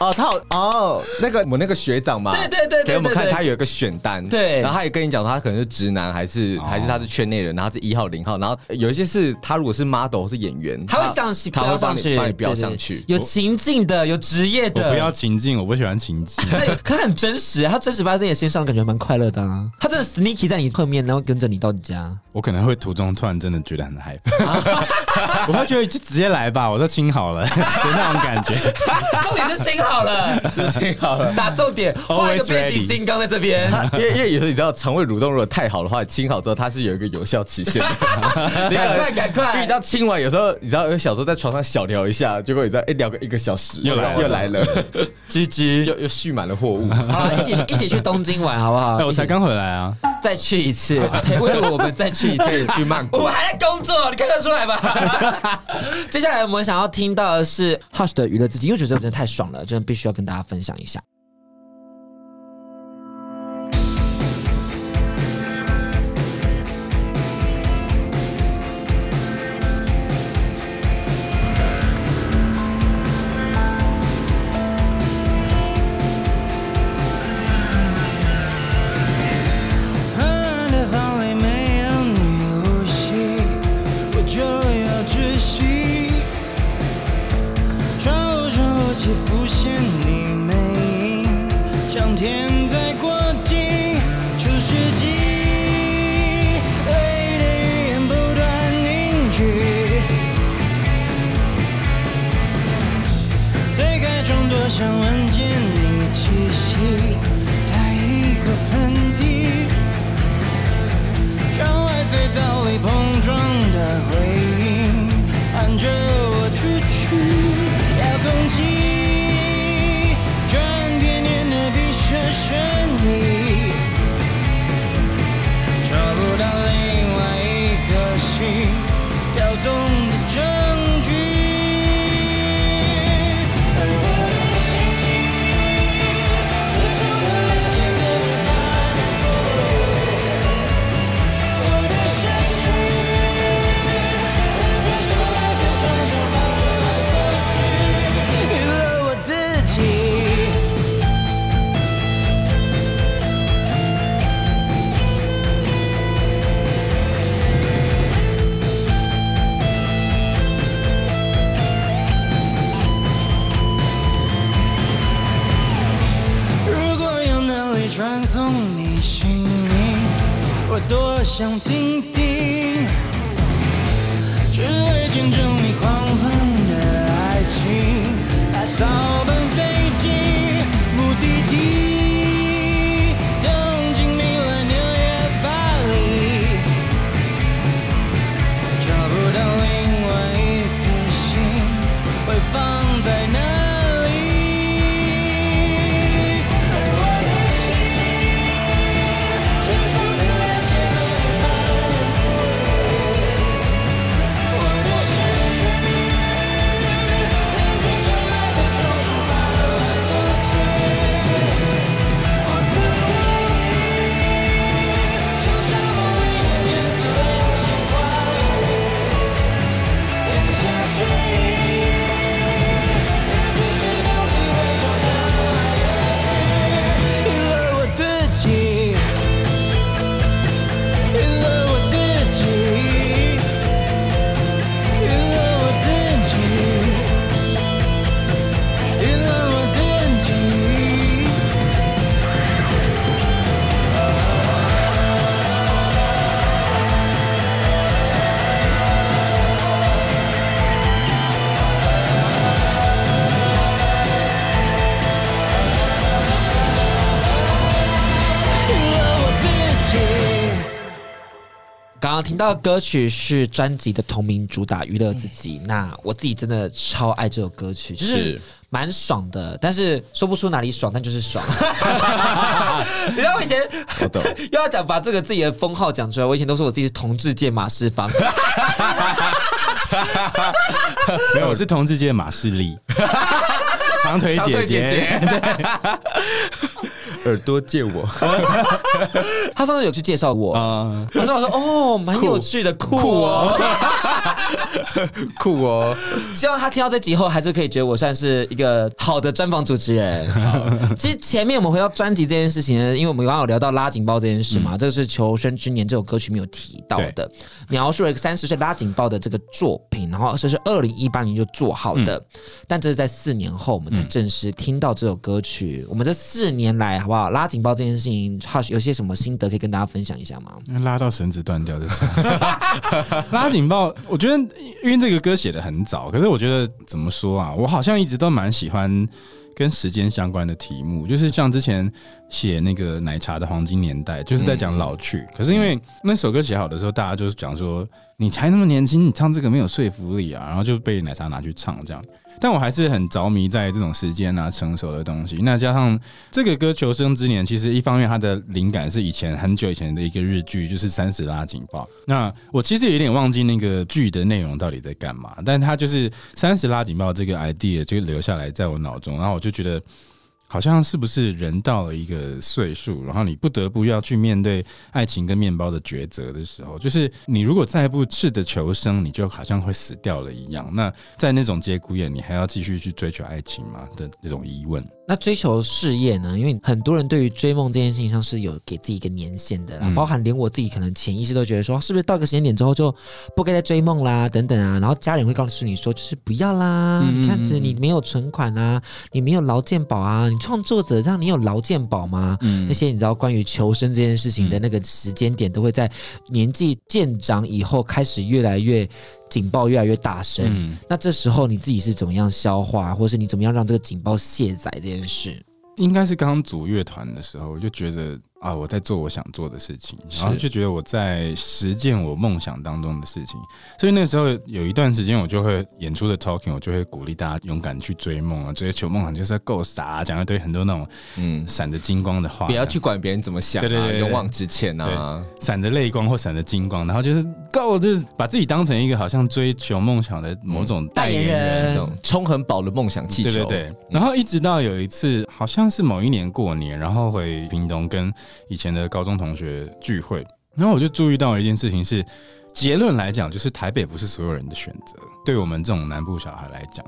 哦，他有哦，那个我们那个学长嘛，对对对对给我们对看对他有一个选单，对然后他也跟你讲说他可能是直男，还是哦还是他是圈内人，然后他是一号零号，然后有一些是他如果是 model 是演员，他会上去他会标上帮你去，帮你标对对上去，有情境的，有职业我的，不要情境，我不喜欢 情境。那有。可很真实，他真实发生在你身上，感觉蛮快乐的啊。他真的 sneaky 在你后面，然后跟着你到你家。我可能会途中突然真的觉得很 害怕，我会觉得就直接来吧，我都亲好 了的那种感觉。重点是心好了，自信好了。打重点，画一个 Always 变形 ready 金刚在这边。 因为因为有时候你知道肠胃蠕动如果太好的话，清好之后它是有一个有效期 限的，赶快赶快因为你知道清完有时候你知道呃有小时候在床上小聊一下，结果你知道哎聊个一个小时又来了又来了，鸡鸡，又又蓄满了货物。好了，一起一起去东京玩好不好？哎，我才刚回来啊，再去一次，哎为了我们再去一可次以。去曼我谷们，还在工作，你看得出来吧？接下来我们想要听到的是 Hush 的娱乐自己，因为我觉得真的太爽了，真的必须要跟大家分享一下。 And if only 没有你呼吸，我就要窒息。窗户窗户起浮现你魅影，想听听，只为见证你狂奔的爱情，来早班飞机，目的地，东京、米兰、纽约、巴黎。找不到另外一颗心会放在哪里？而我的心深深地了解你的反复，我的世界你闭上了眼重新翻了个圈，我可以像沙漠里的叶子流星花雨。眼下注意，必须留几回衷肠来感谢。一了我自己，一了我自己，一了我自己，一了我自己。一了我自己。刚刚听到的歌曲是专辑的同名主打《娱乐自己》，那我自己真的超爱这首歌曲，就是是蛮爽的，但是说不出哪里爽，但就是 爽。你知道我以前我懂 又要讲把这个自己的封号讲出来，我以前都说我自己是同志界马世芳，没有，我是同志界的马士 利，长腿长姐腿姐姐，耳朵借我，他上次有去介绍我，啊，我说我说哦，蛮有趣的，酷酷哦。哦， 酷哦，希望他听到这集后，还是可以觉得我算是一个好的专访主持人。好其实前面我们回到专辑这件事情呢，因为我们刚刚有聊到拉警报这件事嘛，这个是《求生之年》这首歌曲没有提到的，描述了一个三十岁拉警报的这个作品，然后这是二零一八年就做好的，但这是在四年后我们才正式听到这首歌曲。我们这四年来好不好？拉警报这件事情，h u s h 有些什么心得可以跟大家分享一下吗？拉到绳子断掉就是。 拉警报，我觉得因为这个歌写的很早，可是我觉得怎么说啊，我好像一直都蛮喜欢跟时间相关的题目，就是像之前写那个奶茶的黄金年代，就是在讲老去。可是因为那首歌写好的时候，大家就是讲说你才那么年轻，你唱这个没有说服力啊，然后就被奶茶拿去唱这样。但我还是很着迷在这种时间啊成熟的东西。那加上这个歌《求生之年》，其实一方面它的灵感是以前很久以前的一个日剧，就是《三十拉警报》。那我其实有点忘记那个剧的内容到底在干嘛，但它就是《三十拉警报》这个 idea 就留下来在我脑中，然后我就觉得。好像是不是人到了一个岁数，然后你不得不要去面对爱情跟面包的抉择的时候，就是你如果再不试着求生，你就好像会死掉了一样。那在那种节骨眼，你还要继续去追求爱情吗的那种疑问？那追求事业呢？因为很多人对于追梦这件事情上是有给自己一个年限的啦，包含连我自己可能潜意识都觉得说，是不是到个时间点之后就不该再追梦啦，等等啊。然后家人会告诉你说，就是不要啦，你看子你没有存款啊，你没有劳健保啊，你创作者让你有劳健保吗？那些你知道关于求生这件事情的那个时间点，都会在年纪渐长以后开始越来越警报越来越大声。那这时候你自己是怎么样消化，或是你怎么样让这个警报卸载这件事？应该是刚刚组乐团的时候，我就觉得啊，我在做我想做的事情，然后就觉得我在实践我梦想当中的事情。所以那时候有一段时间，我就会演出的 talking，我就会鼓励大家勇敢去追梦啊，追求梦想就是要够傻、啊，讲一堆很多那种嗯，闪着金光的话，不要去管别人怎么想啊，对对对对勇往直前啊，闪着泪光或闪着金光，然后就是 go，就是把自己当成一个好像追求梦想的某种嗯代言人。那种充很饱的梦想气球，对对对， 然后一直到有一次，好像是某一年过年，然后回屏东跟以前的高中同学聚会，然后我就注意到一件事情是，结论来讲，就是台北不是所有人的选择，对我们这种南部小孩来讲。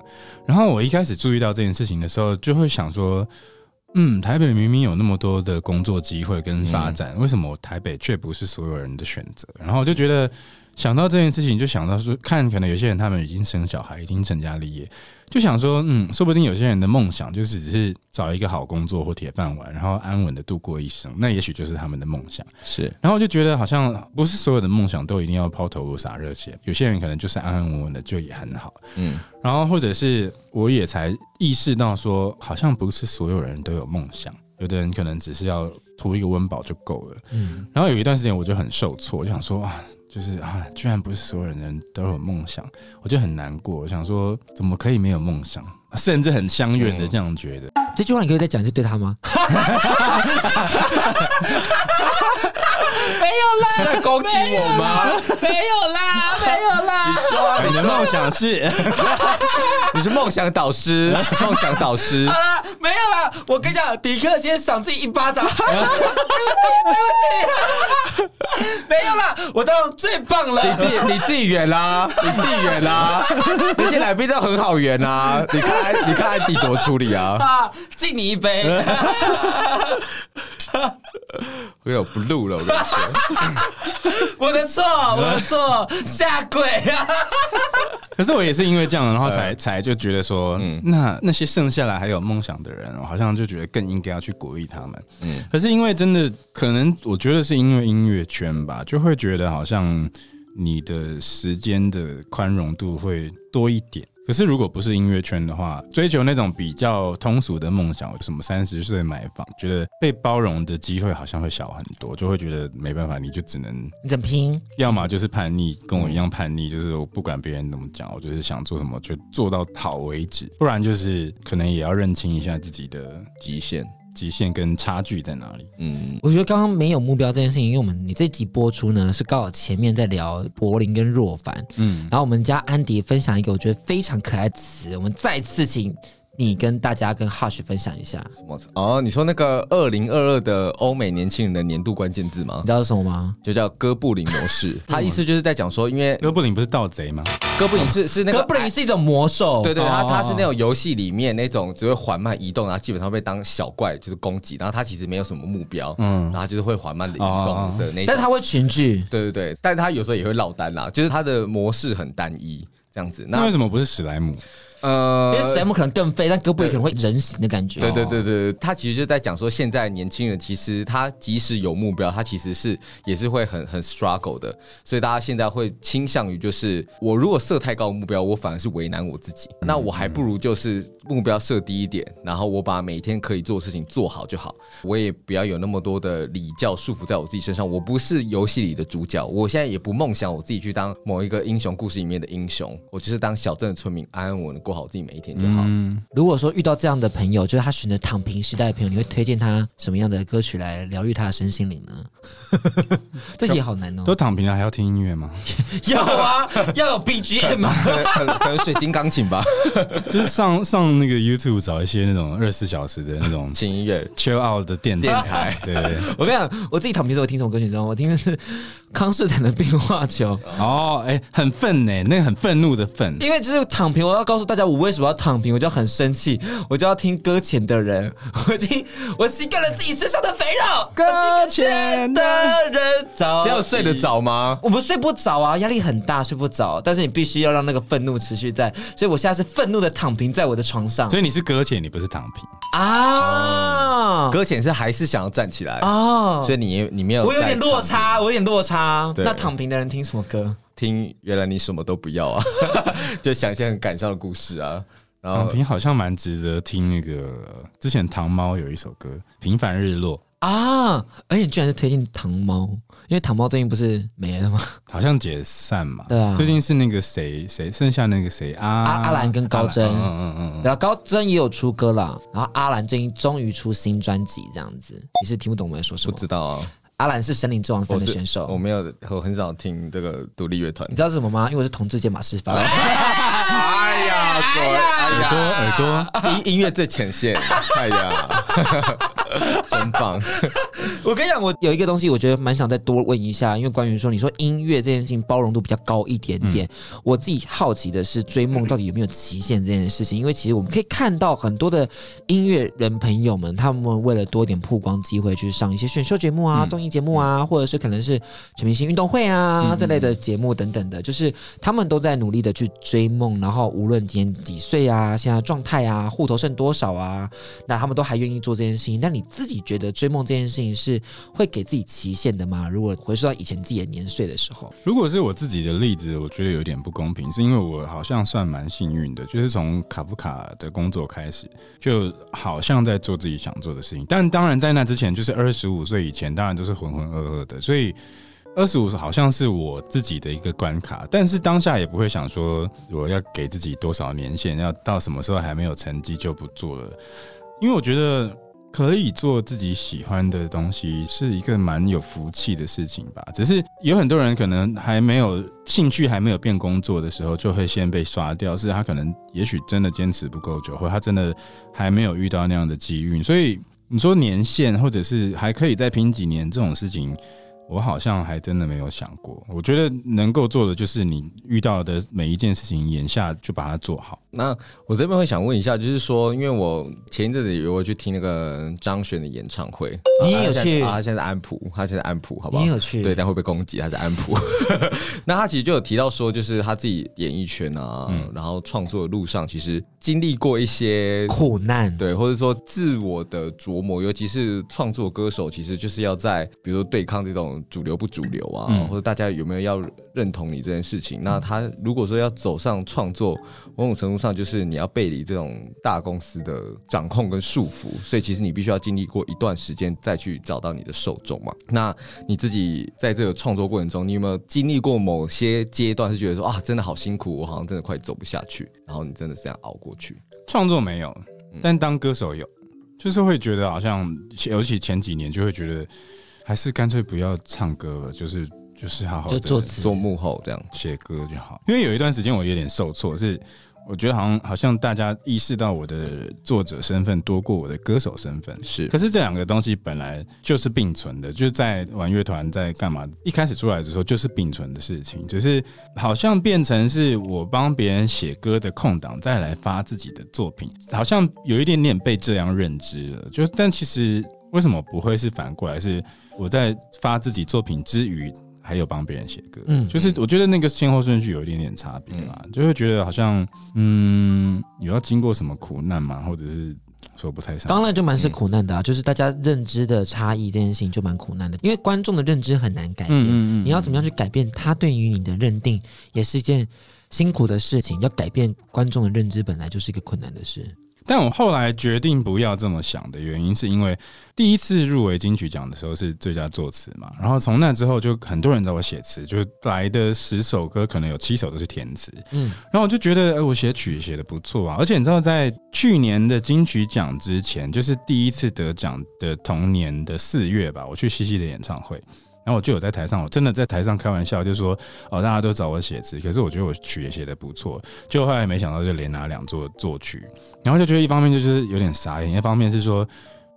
然后我一开始注意到这件事情的时候，就会想说，嗯，台北明明有那么多的嗯工作机会跟发展，为什么台北却不是所有人的选择？然后我就觉得。想到这件事情，就想到说，看可能有些人他们已经生小孩，已经成家立业，就想说，嗯，说不定有些人的梦想就是只是找一个好工作或铁饭碗，然后安稳的度过一生，那也许就是他们的梦想。是然后我就觉得好像不是所有的梦想都一定要抛头颅洒热血，有些人可能就是安安稳稳的就也很好。嗯，然后或者是我也才意识到说，好像不是所有人都有梦想，有的人可能只是要图一个温饱就够了。嗯，然后有一段时间我就很受挫，我就想说啊，就是啊，居然不是所有人都有梦想，我就很难过。我想说，怎么可以没有梦想？甚至很相远嗯的这样觉得。这句话你可以再讲一次对他吗？是在攻击我吗？没有啦，没有啦。说啊哎你的梦想是， 你是梦想导 师，梦想导师，啊，没有啦！我跟你讲，迪克先赏自己一巴掌，对不起，对不起， 没有啦，我当然最棒你了。自己你自己圆啦，你自己圆啦，那些来宾都很好圆啊，你看安你看安迪怎么处理啊？啊，敬你一杯。我有不录了，我跟你说，我的错，我的错，下跪啊！可是我也是因为这样，然后才才就觉得说，那那些剩下来还有梦想的人，我好像就觉得更应该要去鼓励他们。嗯可是因为真的，可能我觉得是因为音乐圈吧，就会觉得好像你的时间的宽容度会多一点。可是如果不是音乐圈的话，追求那种比较通俗的梦想，什么三十岁买房，觉得被包容的机会好像会小很多，就会觉得没办法，你就只能你怎么拼？要么就是叛逆，跟我一样叛逆，就是我不管别人怎么讲，我就是想做什么就做到好为止，不然就是可能也要认清一下自己的极限，极限跟差距在哪里。嗯，我觉得刚刚没有目标这件事情，因为我们你这集播出呢是刚好前面在聊柏林跟若凡，嗯，然后我们家安迪分享一个我觉得非常可爱的词，我们再次请你跟大家跟 Hush 分享一下，什么哦，你说那个二零二二的欧美年轻人的年度关键字吗你？知道是什么吗？就叫哥布林模式，他意思就是在讲说，因为 哥布林不是盗贼吗？哥布林是是那个啊哥布林是一种魔兽，对对，哦它哦它是那种游戏里面那种只会缓慢移动，然后基本上会被当小怪就是攻击，然后它其实没有什么目标，嗯，然后它就是会缓慢的移哦哦动哦的那种。但它会群聚，对对对，但它有时候也会落单啦，啊就是它的模式很单一这样子。那为那什么不是史莱姆？呃因为，神木可能更飞，但哥布林可能会人形的感觉。对对对对对，他其实就在讲说，现在年轻人其实他即使有目标，他其实是也是会很很 struggle 的，所以大家现在会倾向于就是，我如果设太高的目标，我反而是为难我自己，那我还不如就是目标设低一点，然后我把每天可以做的事情做好就好，我也不要有那么多的礼教束缚在我自己身上，我不是游戏里的主角，我现在也不梦想我自己去当某一个英雄故事里面的英雄，我就是当小镇的村民，安安稳稳地过好自己每一天就好。嗯，如果说遇到这样的朋友，就是他选择躺平时代的朋友，你会推荐他什么样的歌曲来疗愈他的身心灵呢？ 这也好难哦。都躺平了还要听音乐 吗？要啊，要有 BGM 啊。 可能可能可能水晶钢琴吧。就是上上那个 YouTube 找一些那种二十四小时的那种 轻音乐 chill out 的电电台。台。对对对，我跟你讲，啊我自己躺平的时候我听什么歌曲，你知道吗？我听的是康斯坦的《变化球》，哦，哎，很愤呢，那个很愤怒的愤。因为就是躺平，我要告诉大家我为什么要躺平，我就要很生气，我就要听搁浅的人， 我已经我吸干了自己身上的肥肉，搁浅的的人早只有睡得着吗？我们睡不着啊，压力很大，睡不着。但是你必须要让那个愤怒持续在，所以我现在是愤怒的躺平在我的床上所以你是搁浅，你不是躺平。啊搁浅是还是想要站起来，啊！所以你你没有。我有点落，差，我有点落差。对那躺平的人听什么歌？听原来你什么都不要啊， 就想一些很感伤的故事啊。呃然躺后平好像蛮值得听那个，之前糖猫有一首歌《平凡日落》，啊！而且你居然是推荐糖猫，因为糖猫最近不是没了吗？好像解散嘛。对啊最近是那个谁谁剩下那个谁阿阿阿兰跟高真阿兰嗯嗯嗯嗯。然后高真也有出歌啦，然后阿兰最近终于出新专辑，这样子你是听不懂我们在说什不么？知道啊，阿兰是《森林之王三》我的是选我手，没有，我很少听这个独立乐 团你。知道是什么吗？因为我是同志界马世芳。哎呀，果哎耳朵 耳朵， 呀，音音乐最前线，哎呀，真棒！ 我跟你讲，我有一个东西，我觉得蛮想再多问一下，因为关于说你说音乐这件事情包容度比较高一点点，我自己好奇的是追梦到底有没有期限这件事情，因为其实我们可以看到很多的音乐人朋友们，他们为了多点曝光机会，去上一些选秀节目啊、综艺节目啊，或者是可能是全明星运动会啊这类的节目等等的，就是他们都在努力的去追梦，然后无论今年几岁啊，现在状态啊，户头剩多少啊，那他们都还愿意做这件事情。但你自己觉得追梦这件事情是会给自己期限的吗？如果回溯到以前自己的年岁的时候，如果是我自己的例子，我觉得有点不公平，是因为我好像算蛮幸运的，就是从卡夫卡的工作开始，就好像在做自己想做的事情。但当然在那之前，就是二十五岁以前，当然都是浑浑噩噩的，所以。二十五好像是我自己的一个关卡，但是当下也不会想说我要给自己多少年限，要到什么时候还没有成绩就不做了，因为我觉得可以做自己喜欢的东西是一个蛮有福气的事情吧。只是有很多人可能还没有兴趣，还没有变工作的时候，就会先被刷掉，是他可能也许真的坚持不够久，或他真的还没有遇到那样的机遇。所以你说年限，或者是还可以再拼几年这种事情。我好像还真的没有想过，我觉得能够做的就是你遇到的每一件事情，眼下就把它做好。那我这边会想问一下，就是说，因为我前一阵子有我去听那个张悬的演唱会，你也有去啊？他现在在安普，他现在在安普，好不好？你也有去对，但会被攻击，他在安普。 那他其实就有提到说，就是他自己演艺圈啊，嗯然后创作的路上，其实经历过一些苦难，对，或者说自我的琢磨，尤其是创作歌手，其实就是要在比如说对抗这种主流不主流啊，嗯或者大家有没有要认同你这件事情。那他如果说要走上创作，某种程度上就是你要背离这种大公司的掌控跟束缚，所以其实你必须要经历过一段时间再去找到你的受众嘛。那你自己在这个创作过程中，你有没有经历过某些阶段是觉得说啊，真的好辛苦，我好像真的快走不下去，然后你真的是这样熬过去？创作没有，嗯但当歌手有，就是会觉得好像，尤其前几年就会觉得，还是干脆不要唱歌了，就是就是好好就的做词做幕后这样。写歌就好。因为有一段时间我有点受挫，是我觉得好像好像大家意识到我的作者身份多过我的歌手身份，是可是这两个东西本来就是并存的，就是在玩乐团在干嘛，一开始出来的时候就是并存的事情，只是好像变成是我帮别人写歌的空档再来发自己的作品，好像有一点点被这样认知了。就但其实为什么不会是反过来？是我在发自己作品之余。还有帮别人写歌，嗯嗯，就是我觉得那个先后顺序有一点点差别啦，就会觉得好像，嗯，有要经过什么苦难嘛，或者是说不太上。当然就蛮嗯是苦难的啊，就是大家认知的差异这件事情就蛮苦难的，因为观众的认知很难改变。嗯嗯嗯你要怎么样去改变他对于你的认定，也是一件辛苦的事情。要改变观众的认知，本来就是一个困难的事。但我后来决定不要这么想的原因，是因为第一次入围金曲奖的时候是最佳作词嘛，然后从那之后就很多人找我写词，就来的十首歌可能有七首都是填词，嗯，然后我就觉得，哎，我写曲写的不错啊，而且你知道，在去年的金曲奖之前，就是第一次得奖的同年的四月吧，我去西西的演唱会。然后我就有在台上，我真的在台上开玩笑，就说哦，大家都找我写词，可是我觉得我曲也写的不错，就后来没想到就连拿两座作曲，然后就觉得一方面就是有点傻眼，一方面是说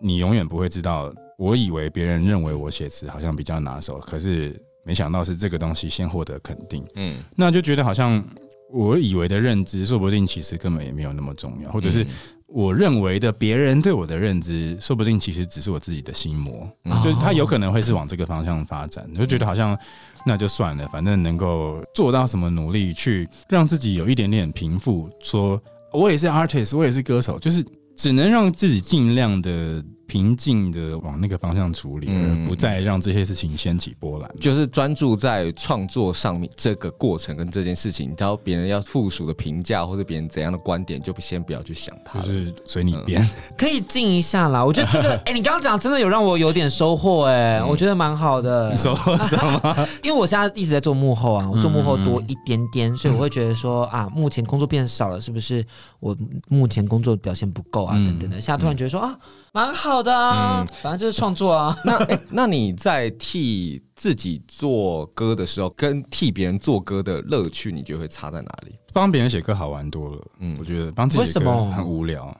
你永远不会知道，我以为别人认为我写词好像比较拿手，可是没想到是这个东西先获得肯定，嗯，那就觉得好像我以为的认知，说不定其实根本也没有那么重要，或者嗯是我认为的别人对我的认知，说不定其实只是我自己的心魔，嗯就是哦他有可能会是往这个方向发展，就觉得好像那就算了，反正能够做到什么努力去让自己有一点点平复，说我也是 artist，我也是歌手，就是只能让自己尽量的。平静的往那个方向处理，嗯而不再让这些事情掀起波澜。就是专注在创作上面这个过程跟这件事情，然后别人要附属的评价或者别人怎样的观点，就先不要去想它就了。是随嗯你便，可以静一下啦。我觉得这 个，哎、你刚刚讲真的有让我有点收获，哎、我觉得蛮好的。嗯收获什么？ 嗯因为我现在一直在做幕后啊，我做幕后多一点点，所以我会觉得说啊，目前工作变少了，是不是我目前工作表现不够嗯啊？等等的，现在突然觉得说啊，蛮好的啊，反正就是创作啊。那、诶那你在替自己做歌的时候，跟替别人做歌的乐趣，你觉得会差在哪里？帮别人写歌好玩多了，嗯嗯，我觉得帮自己为什写歌么很无聊，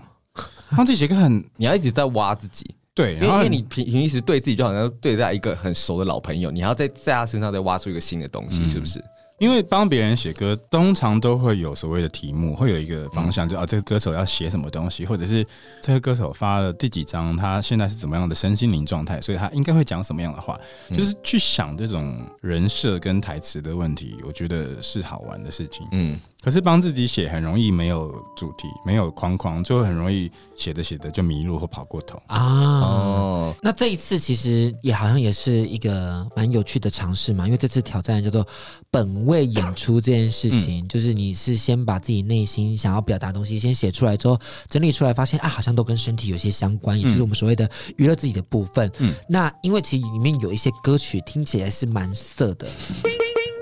帮自己写歌很你要一直在挖自己，对，因为然因后为你平平时对自己就好像对待一个很熟的老朋友，你还要在在他身上再挖出一个新的东嗯西，是不是？因为帮别人写歌，通常都会有所谓的题目，会有一个方向，就啊，这个歌手要写什么东西，或者是这个歌手发了第几张，他现在是怎么样的身心灵状态，所以他应该会讲什么样的话，就是去想这种人设跟台词的问题，我觉得是好玩的事情。嗯，可是帮自己写很容易没有主题，没有框框，就会很容易写着写着就迷路或跑过头。啊。哦，那这一次其实也好像也是一个蛮有趣的尝试嘛，因为这次挑战叫做本位演出这件事嗯情，就是你是先把自己内心想要表达的东西先写出来之后，整理出来，发现啊好像都跟身体有些相关，嗯也就是我们所谓的娱乐自己的部分。嗯，那因为其实里面有一些歌曲听起来是蛮色的。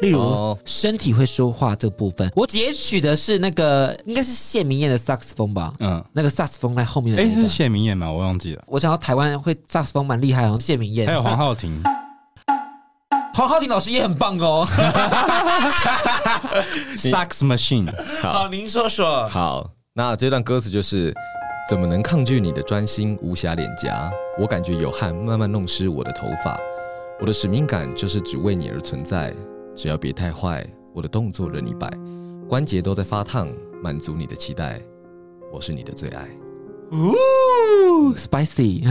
例如哦身体会说话这部分，我截取的是那个应该是谢明燕的萨克斯风吧，嗯，那个萨克斯风在后面的哎、那一是段。谢明燕吗？我忘记了。我想到台湾会萨克斯风蛮厉害哦，谢明燕，还有黄浩庭，黄浩庭老师也很棒哦。 Sax Machine，好，您说说。好，那这段歌词就是：怎么能抗拒你的专心？无暇脸颊，我感觉有汗慢慢弄湿我的头发。我的使命感就是只为你而存在，只要别太坏，我的动作任你摆，关节都在发烫，满足你的期待，我是你的最爱。呜，spicy，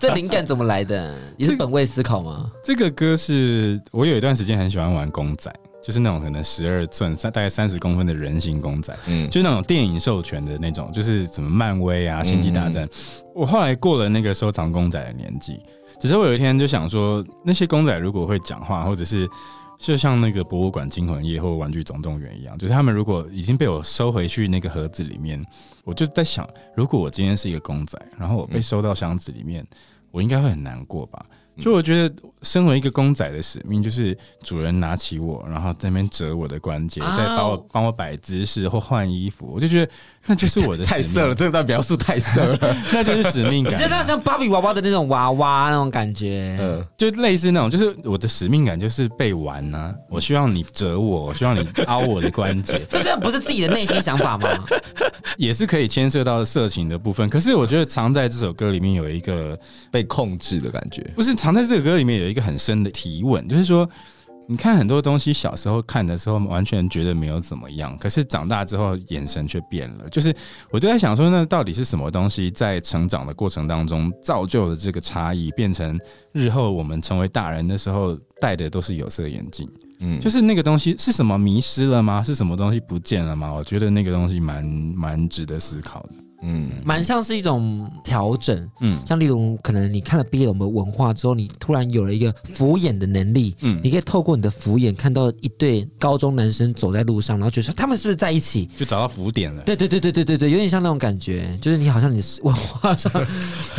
这灵感怎么来的？也是本位思考吗？这个歌是我有一段时间很喜欢玩公仔，就是那种可能十二寸、三大概三十公分的人形公仔，嗯，就是那种电影授权的那种，就是什么漫威啊、星际大战。我后来过了那个收藏公仔的年纪，只是我有一天就想说，那些公仔如果会讲话，或者是就像那个博物馆《惊魂夜》或《玩具总动员》一样，就是他们如果已经被我收回去那个盒子里面，我就在想，如果我今天是一个公仔，然后我被收到箱子里面，我应该会很难过吧。就我觉得，身为一个公仔的使命，就是主人拿起我，然后在那边折我的关节，啊再帮我帮我摆姿势或换衣服，我就觉得那就是我 的太使命色了，，这段描述太色了。那就是使命感啊你。知道像芭比娃娃的那种娃娃那种感觉，嗯，就类似那种，就是我的使命感就是被玩呐、我希望你折我，我希望你凹我的关节， 这真的不是自己的内心想法吗？也是可以牵涉到色情的部分。可是我觉得藏在这首歌里面有一个，被控制的感觉。不是藏在这首歌里面有一个很深的提问，就是说，你看很多东西小时候看的时候完全觉得没有怎么样，可是长大之后眼神却变了。就是我就在想说，那到底是什么东西在成长的过程当中造就了这个差异，变成日后我们成为大人的时候戴的都是有色眼镜。嗯，就是那个东西是什么迷失了吗？是什么东西不见了吗？我觉得那个东西蛮蛮值得思考的。嗯，蛮像是一种调整。嗯像例如，可能你看了 BL 的文化之后，你突然有了一个俯眼的能力，嗯你可以透过你的俯眼看到一对高中男生走在路上，然后就说他们是不是在一起？就找到浮点了。对对对对对对对，有点像那种感觉，就是你好像你是文化 上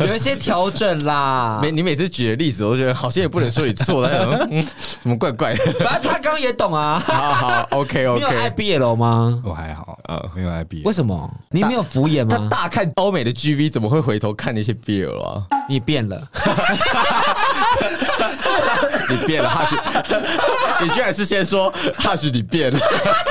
有一些调整啦。每你每次举的例子，我都觉得好像也不能说你 错了，但是嗯，怎么怪怪的？ 反正他刚刚也懂啊。好好，OK 你 OK。有爱 BL 吗？我还好，呃呃，没有 IB。为什么？你没有敷衍他吗？大看欧美的 GV，怎么会回头看那些 BL 啊？你变了，你变了，哈许，你居然是先说哈许你变了，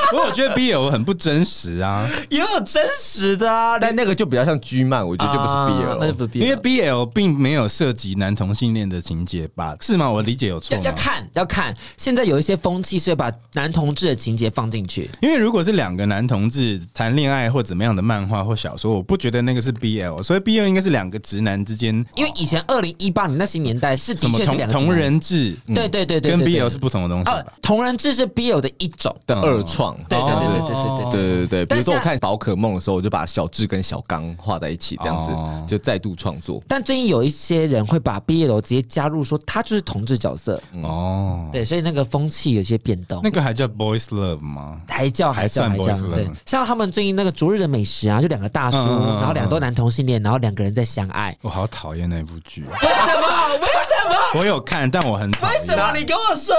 不过我觉得 BL 很不真实啊，也有真实的啊。但那个就比较像 G 漫，我觉得就不是啊那就 BL 不是了。BL，因为 BL 并没有涉及男同性恋的情节吧？是吗？我理解有错要要吗？看要看，现在有一些风气是把男同志的情节放进去。因为如果是两个男同志谈恋爱或怎么样的漫画或小说，我不觉得那个是 BL，所以 BL 应该是两个直男之间因为以前二零一八年那些年代是什的么确是同两个同直男，人志嗯对对对对，跟对对 BL 是不同的东西啊吧？，同人志是 BL 的一种，的二创，对对对对对。对对对对对对，比但如是说我看宝可梦的时候，我就把小智跟小刚画在一起，这样子哦就再度创作。但最近有一些人会把 BL 直接加入，说他就是同志角色，哦，对，所以那个风气有些变动那。个还叫 boys love 吗？还叫还叫还还算叫， boys 对 love，像他们最近那个《昨日的美食》啊，就两个大叔，嗯嗯嗯嗯，然后两个都男同性恋，然后两个人在相爱我好讨厌那部剧哦，为什么？为什么？我有看，但我很讨厌为什么？你跟我说，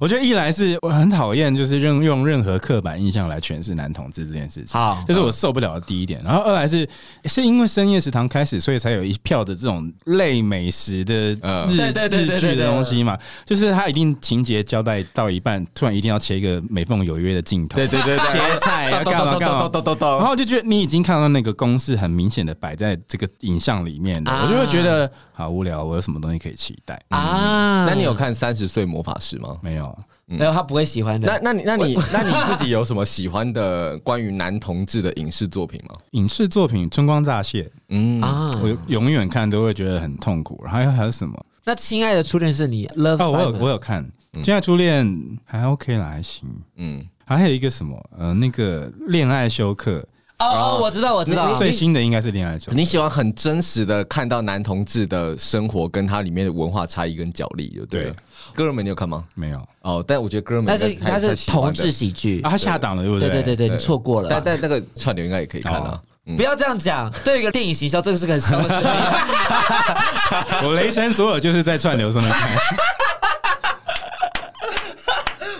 我觉得一来是我很讨厌，就是任用任何刻板印象来诠释男同志这件事情。好这是我受不了的第一点。然后二来是是因为深夜食堂开始，所以才有一票的这种类美食的嗯日对对对对日对剧对的东西嘛，就是他一定情节交代到一半，突然一定要切一个美凤有约的镜头，对对对对，切菜啊咚干嘛咚干嘛咚咚咚咚然后咚，我就觉得你已经看到那个公式很明显的摆在这个影像里面了，啊我就会觉得好无聊，我有什么东西可以期待？啊，那你有看《三十岁魔法师》吗？没有，没有他不会喜欢的。那那你那你那你自己有什么喜欢的关于男同志的影视作品吗？影视作品《春光乍泄》，嗯，啊，我永远看都会觉得很痛苦。然后还有还有什么？那亲爱的初恋是你 Love 哦，我有 Simon 我有看嗯《现在初恋》还 OK 啦，还行。嗯，还有一个什么？呃，那个《恋爱休克哦哦，我知道我知》道，最新的应该是《恋爱休克》。你喜欢很真实的看到男同志的生活跟他里面的文化差异跟角力，就对了对。哥们，你有看吗？没有哦，但我觉得哥们但是他他是同志，喜剧啊，，他下档了，对不对对对对对，你错过了但。但那个串流应该也可以看啊哦。嗯不要这样讲，对于一个电影行销，这个是个很伤的事 情。我雷神所有就是在串流上面看。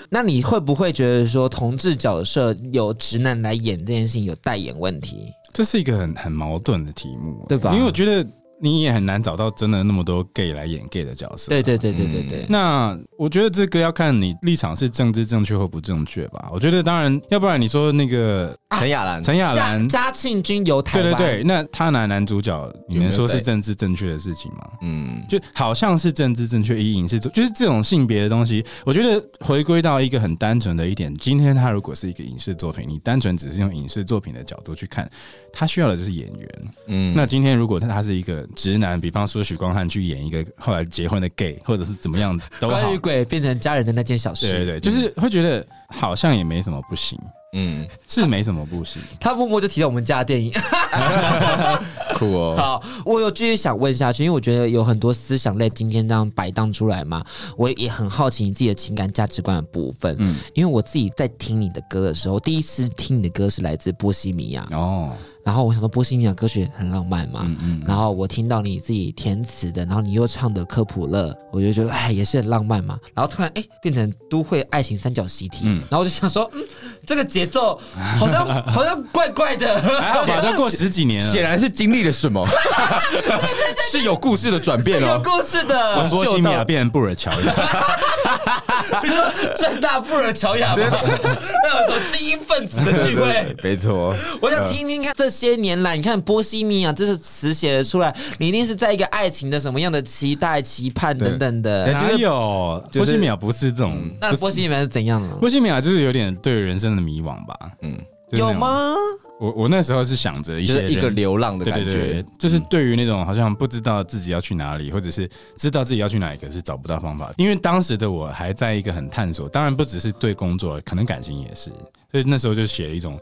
那你会不会觉得说同志角色有直男来演这件事情有代言问题？这是一个很很矛盾的题目，对吧因为我觉得你也很难找到真的那么多 gay 来演 gay 的角色。对对对对对对，那我觉得这个要看你立场是政治正确或不正确吧。我觉得当然，要不然你说那个啊陈雅兰，陈雅嘉兰，嘉庆君游台对对湾，对，那他拿男主角，你能说有没有是对政治正确的事情吗？嗯，就好像是政治正确，以影视作，就是这种性别的东西。我觉得回归到一个很单纯的一点，今天它如果是一个影视作品，你单纯只是用影视作品的角度去看，它需要的就是演员。嗯，那今天如果他他是一个直男，比方说许光汉去演一个后来结婚的 gay，或者是怎么样都好关于，鬼变成家人的那件小对对事，对，就是会觉得好像也没什么不行，嗯，是没什么不行。他默默就提到我们家的电 影。酷哦。 好，我有继续想问下去，因为我觉得有很多思想类今天这样摆荡出来嘛，我也很好奇你自己的情感价值观的部分。嗯，因为我自己在听你的歌的时候，第一次听你的歌是来自波西米亚，哦，然后我想说波西米亚歌曲很浪漫嘛，然后我听到你自己填词的，然后你又唱的科普勒，我就觉得哎也是很浪漫嘛，然后突然哎变成都会爱情三角习题，然后我就想说，嗯，这个节奏好像 好像怪怪的。还好吧，都过十几年显了。然是经历了什么，是有故事的转变是有哦。故事的，从波西米亚变成布尔乔亚，你说正大布尔乔亚吗？那有什么精英分子的聚会？没错，我想听听看，这些年来，你看波西米亚这是词写得出来，你一定是在一个爱情的什么样的期待、期盼等等的。哪有就波是西米亚不是这种？那波西米亚是怎样呢？波西米亚啊就是有点对人生的迷惘吧？嗯嗯，就是有那种？吗？我我那时候是想着一就些是一个人流浪的对感对对，觉嗯对。就是对于那种好像不知道自己要去哪里，或者是知道自己要去哪里，可是找不到方法。因为当时的我还在一个很探索，当然不只是对工作，可能感情也是。所以那时候就写了一种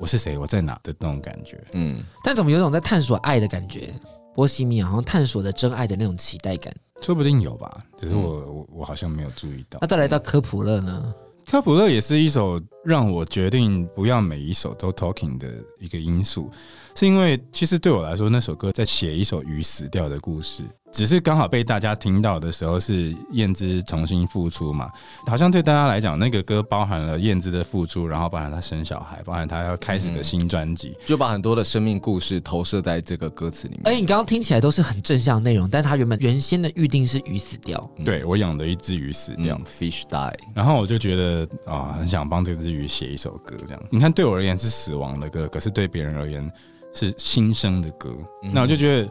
我是谁，我在哪的那种感觉。嗯，但怎么有种在探索爱的感觉？波西米亚好像探索的真爱的那种期待感。说不定有吧，只是我、嗯我我好像没有注意到那。再来到科普勒呢？科普勒也是一首让我决定不要每一首都 talking 的一个因素，是因为其实对我来说，那首歌在写一首鱼死掉的故事，只是刚好被大家听到的时候是燕姿重新复出嘛，好像对大家来讲，那个歌包含了燕姿的复出，然后包含她生小孩，包含她要开始的新专辑，就把很多的生命故事投射在这个歌词里而哎面。且哎你刚刚听起来都是很正向的内容，但它原本原先的预定是鱼死掉。对我养的一只鱼死掉。嗯，Fish Die，然后我就觉得啊、很想帮这只鱼写一首歌，这样。你看，对我而言是死亡的歌，可是对别人而言是新生的歌。那我就觉得，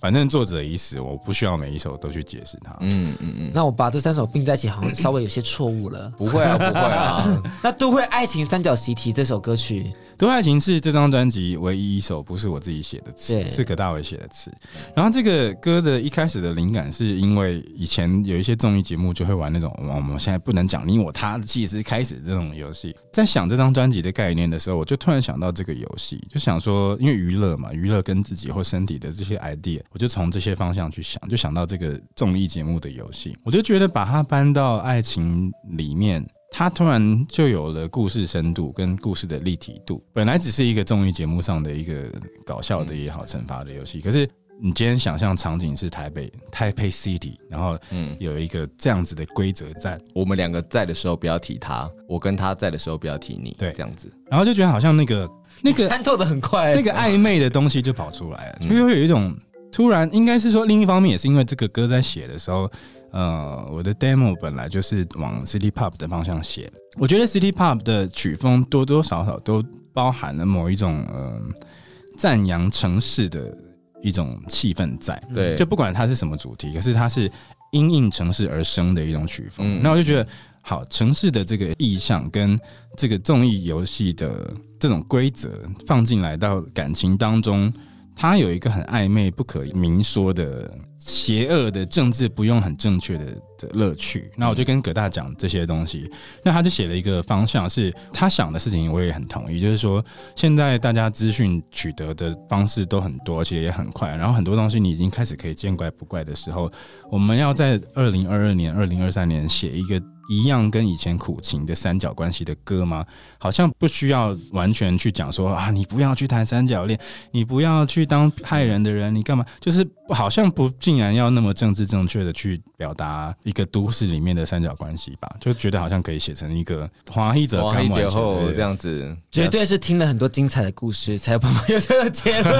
反正作者已死，我不需要每一首都去解释它。嗯嗯嗯，那我把这三首并在一起，好像稍微有些错误 了。不会啊，不会啊，那都会爱情三角习题这首歌曲， 《独爱情》是这张专辑唯一一首不是我自己写的对词，是葛大为写的词。然后这个歌的一开始的灵感是因为以前有一些综艺节目就会玩那种哦我们现在不能讲你我他即时开始这种游戏。在想这张专辑的概念的时候，我就突然想到这个游戏，就想说，因为娱乐嘛，娱乐跟自己或身体的这些 idea，我就从这些方向去想，就想到这个综艺节目的游戏，我就觉得把它搬到爱情里面。它突然就有了故事深度跟故事的立体度，本来只是一个综艺节目上的一个搞笑的也好、惩罚的游戏，可是你今天想象场景是台北，台北 City，然后嗯，有一个这样子的规则在，我们两个在的时候不要提他，我跟他在的时候不要提你，对这样子。然后就觉得好像那个那个参透的很快、那个暧昧的东西就跑出来了，就会有一种突然，应该是说另一方面也是因为这个歌在写的时候，呃，我的 demo 本来就是往 City Pop 的方向写，我觉得 City Pop 的曲风多多少少都包含了某一种呃赞扬城市的一种气氛在，对，嗯就不管它是什么主题，可是它是因应城市而生的一种曲风。嗯那、我就觉得，好，城市的这个意象跟这个综艺游戏的这种规则放进来到感情当中，它有一个很暧昧、不可明说的邪恶的政治不用很正确的的乐趣。那我就跟葛大讲这些东西，那他就写了一个方向，是他想的事情，我也很同意，就是说现在大家资讯取得的方式都很多，而且也很快，然后很多东西你已经开始可以见怪不怪的时候，我们要在二零二二年、二零二三年写一个。一样跟以前苦情的三角关系的歌吗？好像不需要完全去讲说啊，你不要去谈三角恋，你不要去当害人的人，你干嘛？就是好像不竟然要那么政治正确的去表达一个都市里面的三角关系吧，就觉得好像可以写成一个华裔哦者哇，一点后后这。样子，绝对是听了很多精彩的故事，才有办法有这个结 论。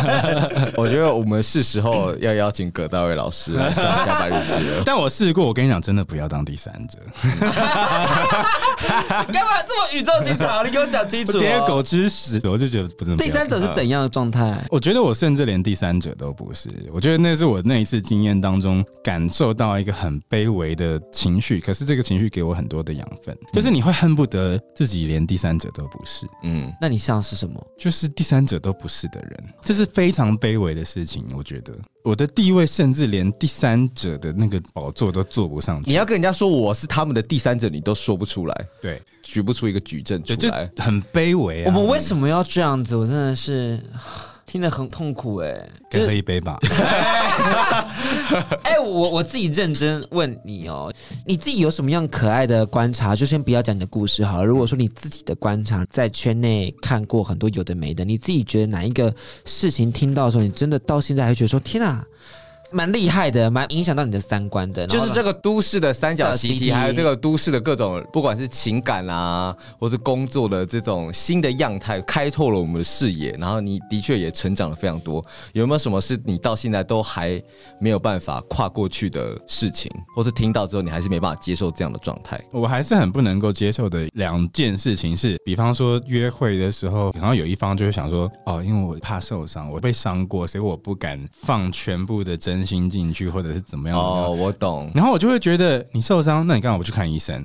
我觉得我们是时候要邀请葛大卫老师来上《加班日志》了。 但我试过，我跟你讲，真的不要当第三者。干嘛这么宇宙 寻常？你给我讲清我楚、跌哦。狗吃屎，我就觉得不是。第三者是怎样的状态？我觉得我甚至连第三者都不是，我觉得那是我那一次经验当中感受到一个很卑微的情绪，可是这个情绪给我很多的养分，嗯就是你会恨不得自己连第三者都不是，嗯，那你像是什么？就是第三者都不是的人，这是非常卑微的事情。我觉得我的地位甚至连第三者的那个宝座都坐不上去，你要跟人家说我是他们的第三者，你都说不出来，对，举不出一个举证就出就来。很卑微我啊。们为什么要这样子？我真的是啊听得很痛苦哎、就可以喝是一杯吧， 哎、我我自己认真问你哦，你自己有什么样可爱的观察？就先不要讲你的故事好了。如果说你自己的观察，在圈内看过很多有的没的，你自己觉得哪一个事情听到的时候，你真的到现在还觉得说天啊，蛮厉害的，蛮影响到你的三观的，就是这个。个都市的三角三习角习题，题还有这个都市的各种，不管是情感啊，或是工作的这种新的样态，开拓了我们的视野。然后你的确也成长了非常多。有没有什么是你到现在都还没有办法跨过去的事情，或是听到之后你还是没办法接受这样的状态？我还是很不能够接受的两件事情是，比方说约会的时候，然后有一方就会想说，哦，因为我怕受伤，我被伤过，所以我不敢放全部的真心进去，或者是怎么样怎么样。哦，我懂。然后我就会觉得你受伤，那你干嘛不去看医生？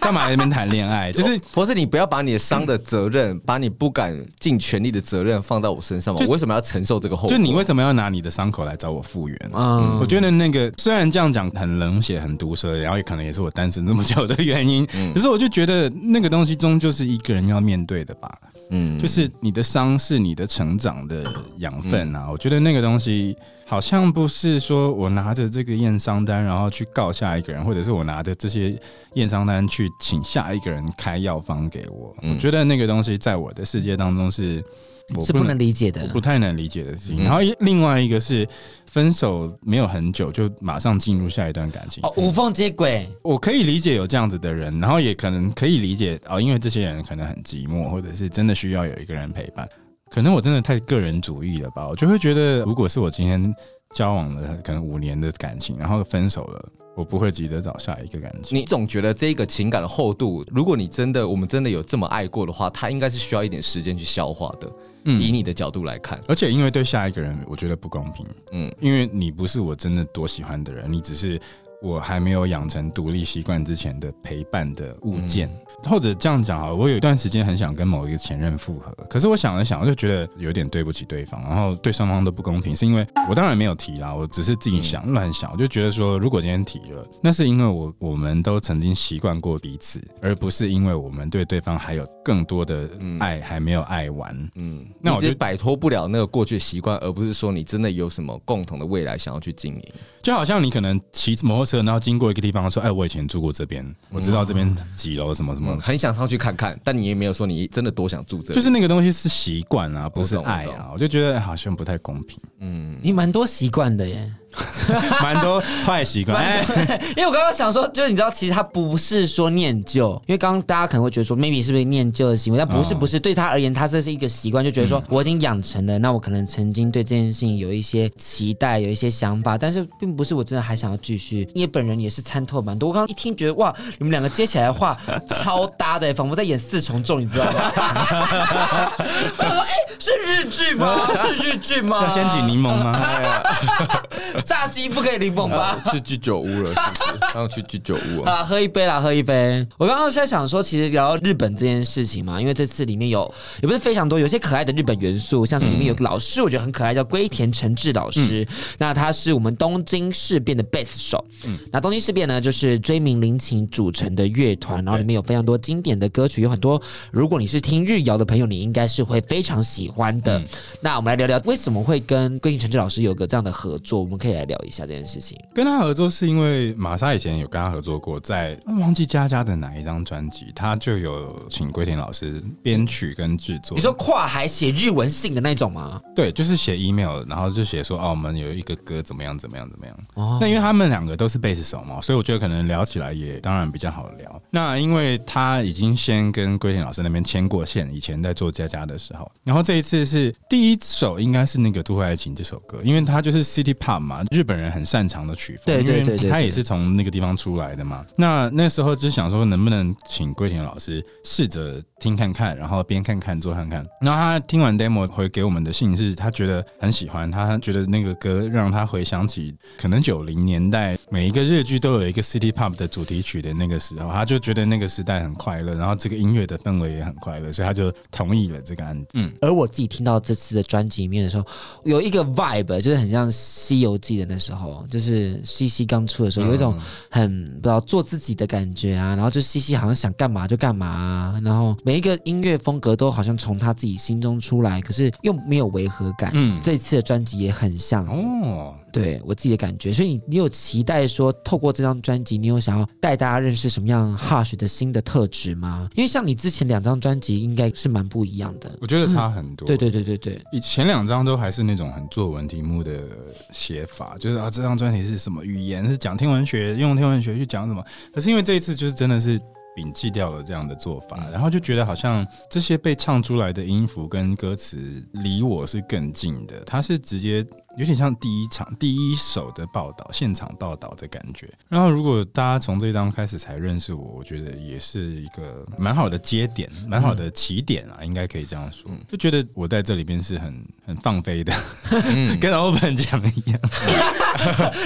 干嘛在那边谈恋爱？就是不是你不要把你的伤的责任，把你不敢尽全力的责任放到我身上嘛？就我为什么要承受这个后果？就你为什么要拿你的伤口来找我复原？嗯我觉得那个虽然这样讲很冷血、很毒舌，然后也可能也是我单身这么久的原因，嗯可是我就觉得那个东西终究是一个人要面对的吧。嗯就是你的伤是你的成长的养分嗯啊。我觉得那个东西好像不是说我拿着这个验伤单，然后去告下一个人，或者是我拿着这些验伤单去请下一个人开药方给我。嗯我觉得那个东西在我的世界当中是。我是不能理解的嗯我，不太能理解的事情。然后一另外一个是分手没有很久就马上进入下一段感情哦，，无缝接轨，我可以理解有这样子的人，然后也可能可以理解哦，因为这些人可能很寂寞，或者是真的需要有一个人陪伴。可能我真的太个人主义了吧，我就会觉得，如果是我今天交往了可能五年的感情，然后分手了，我不会急着找下一个感情。你总觉得这个情感的厚度，如果你真的我们真的有这么爱过的话，它应该是需要一点时间去消化的。以你的角度来看，而且因为对下一个人，我觉得不公平。嗯因为你不是我真的多喜欢的人，你只是我还没有养成独立习惯之前的陪伴的物件。或者这样讲好了，我有一段时间很想跟某一个前任复合，可是我想了想，我就觉得有点对不起对方，然后对双方都不公平，是因为我当然没有提啦，我只是自己想乱想，我就觉得说，如果今天提了，那是因为我我们都曾经习惯过彼此，而不是因为我们对对方还有更多的爱、还没有爱完。嗯，那那我我就就摆脱不了那个过去的习惯，而不是说你真的有什么共同的未来想要去经营。就好像你可能骑摩托车，然后经过一个地方说：“哎，我以前住过这边，嗯我知道这边几楼什么什么。很想上去看看，但你也没有说你真的多想住这里，就是那个东西是习惯啊，不是我懂爱我啊，我就觉得好像不太公平， 你蛮多习惯的耶。蛮多坏习惯。哎， 因为我刚刚想说，就是你知道，其实他不是说念旧，因为刚刚大家可能会觉得说，maybe 是不是念旧的行为，但不是，哦不是，对他而言，他这是一个习惯，就觉得说我已经养成了，那我可能曾经对这件事情有一些期待，有一些想法，但是并不是我真的还想要继续。因为本人也是参透蛮多，我刚刚一听觉得哇，你们两个接起来的话超搭的，仿佛在演四重奏，你知道吗？我说哎、 是日剧吗？是日剧吗？要先挤柠檬 吗？ 哎炸鸡不可以柠檬吧？啊去居酒屋了，是不 是？然后去居酒屋啊，啊，喝一杯啦，喝一杯。我刚刚是在想说，其实聊到日本这件事情嘛，因为这次里面有也不是非常多，有些可爱的日本元素，像是里面有个老师，我觉得很可爱，叫龟田诚志老师。那他是我们东京事变的贝斯手。那东京事变呢，就是追名林檎组成的乐团，然后里面有非常多经典的歌曲，有很多如果你是听日谣的朋友，你应该是会非常喜欢的。那我们来聊聊为什么会跟龟田诚志老师有个这样的合作，我们可以来聊一下这件事情。跟他合作是因为玛莎以前有跟他合作过，在忘记佳佳的哪一张专辑，他就有请龟田老师编曲跟制作。你说跨海写日文信的那种吗？对，就是写 email，然后就写说哦，我们有一个歌怎么样怎么样怎么样。哦那因为他们两个都是贝斯手嘛，所以我觉得可能聊起来也当然比较好聊。那因为他已经先跟龟田老师那边牵过线，以前在做佳佳的时候，然后这一次是第一首应该是那个《都会爱情》这首歌，因为他就是 City Pop 嘛，日本人很擅长的曲风，对对因为对对他对也是从那个地方出来的嘛。那那时候就想说，能不能请龟田老师试着听看看，然后边看看做看看。然后他听完 demo 回给我们的信是，他觉得很喜欢，他觉得那个歌让他回想起可能九零年代每一个日剧都有一个 City Pop 的主题曲的那个时候，他就觉得那个时代很快乐，然后这个音乐的氛围也很快乐，所以他就同意了这个案子。嗯，而我自己听到这次的专辑里面的时候，有一个 vibe，就是很像《西游记》的那时候，就是西西刚出嗯的时候，有一种很不知道做自己的感觉啊。然后就西西好像想干嘛就干嘛、啊，然后每一个音乐风格都好像从他自己心中出来，可是又没有违和感。嗯嗯，这次的专辑也很像，哦，对我自己的感觉。所以你你有期待说，透过这张专辑，你有想要带大家认识什么样 Hush 的新的特质吗？因为像你之前两张专辑，应该是蛮不一样的。我觉得差很多。对对对对对。以前两张都还是那种很作文题目的写法，就是啊，这张专题是什么语言，是讲天文学，用天文学去讲什么。可是因为这一次就是真的是摒弃掉了这样的做法，然后就觉得好像这些被唱出来的音符跟歌词离我是更近的，它是直接有点像第一场第一手的报道，现场报道的感觉。然后如果大家从这一张开始才认识我，我觉得也是一个蛮好的节点，蛮好的起点啊，应该可以这样说。就觉得我在这里边是很很放飞的， 跟 open 讲一样。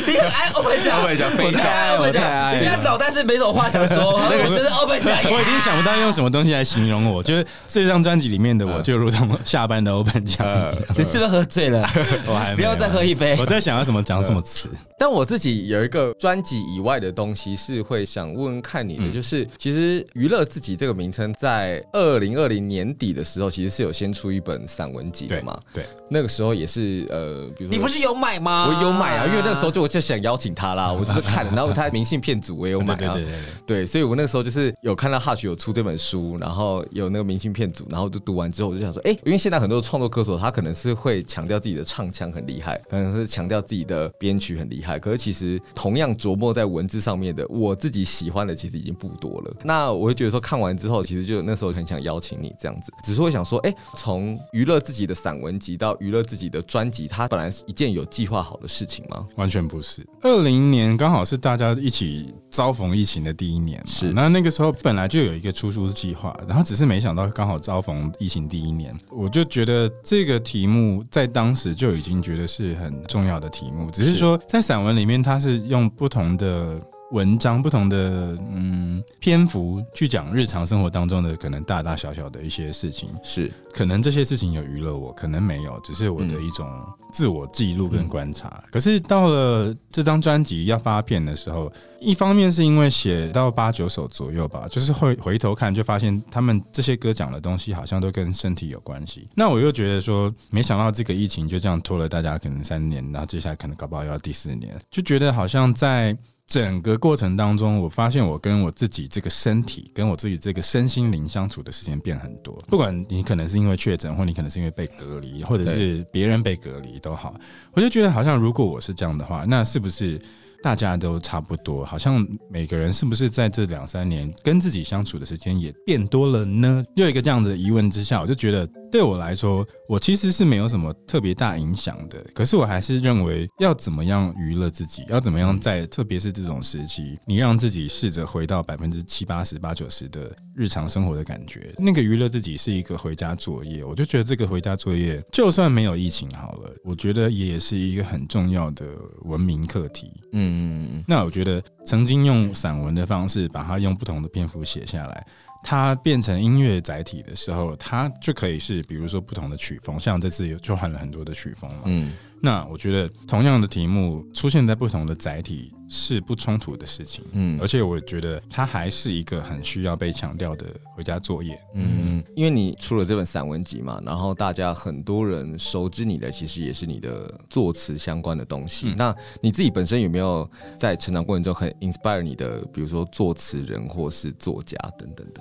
你很哎爱 open 讲，啊我也讲我非常太爱 open 我太爱讲，现在脑袋是没什么话想说，我觉得 open 讲 我已经想不到用什么东西来形容我，就是这张专辑里面的我，嗯就如同下班的 open 讲一样。呃，你是不是喝醉了？ 我还没有呃不要啊再喝一杯我在想要什么讲什么词。但我自己有一个专辑以外的东西是会想问问看你的，嗯就是其实娱乐自己这个名称在二零二零年底的时候，其实是有先出一本散文集的对嘛，对，那个时候也是呃，比如说你不是有买吗？我有买啊，因为那个时候就我就想邀请他啦，我就是 看了，然后他明信片组我也有买对对啊对，对对对，所以我那个时候就是有看到 Hush 有出这本书，然后有那个明信片组，然后就读完之后我就想说，哎、因为现在很多创作歌手他可能是会强调自己的唱腔很厉害，可能是强调自己的编曲很厉害，可是其实同样琢磨在文字上面的，我自己喜欢的其实已经不多了。那我会觉得说看完之后，其实就那时候很想邀请你这样子，只是会想说，哎、从娱乐自己的散文集到娱乐自己的专辑，它本来是一件有计划好的事情吗？完全不是。二零年刚好是大家一起遭逢疫情的第一年嘛，是那那个时候本来就有一个出书计划，然后只是没想到刚好遭逢疫情第一年，我就觉得这个题目在当时就已经觉得是很重要的题目，只是是说在散文里面它是用不同的。文章不同的嗯篇幅去讲日常生活当中的可能大大小小的一些事情，是可能这些事情有娱乐我，可能没有，只是我的一种自我记录跟观察。可是到了这张专辑要发片的时候，一方面是因为写到八九首左右吧，就是会回头看就发现他们这些歌讲的东西好像都跟身体有关系。那我又觉得说，没想到这个疫情就这样拖了大家可能三年，然后接下来可能搞不好要第四年，就觉得好像在整个过程当中，我发现我跟我自己这个身体，跟我自己这个身心灵相处的时间变很多。不管你可能是因为确诊，或你可能是因为被隔离，或者是别人被隔离都好，我就觉得好像如果我是这样的话，那是不是大家都差不多？好像每个人是不是在这两三年跟自己相处的时间也变多了呢？又有一个这样子的疑问之下，我就觉得对我来说，我其实是没有什么特别大影响的。可是我还是认为要怎么样娱乐自己，要怎么样在特别是这种时期，你让自己试着回到百分之七八十、八九十的日常生活的感觉。那个娱乐自己是一个回家作业，我就觉得这个回家作业，就算没有疫情好了，我觉得也是一个很重要的文明课题。嗯嗯那我觉得曾经用散文的方式把它用不同的篇幅写下来，它变成音乐载体的时候，它就可以是比如说不同的曲风，像这次有就换了很多的曲风嘛。嗯那我觉得同样的题目出现在不同的载体是不冲突的事情。嗯而且我觉得它还是一个很需要被强调的回家作业。嗯，因为你出了这本散文集嘛，然后大家很多人熟知你的，其实也是你的作词相关的东西。那你自己本身有没有在成长过程中很 inspire 你的，比如说作词人或是作家等等的？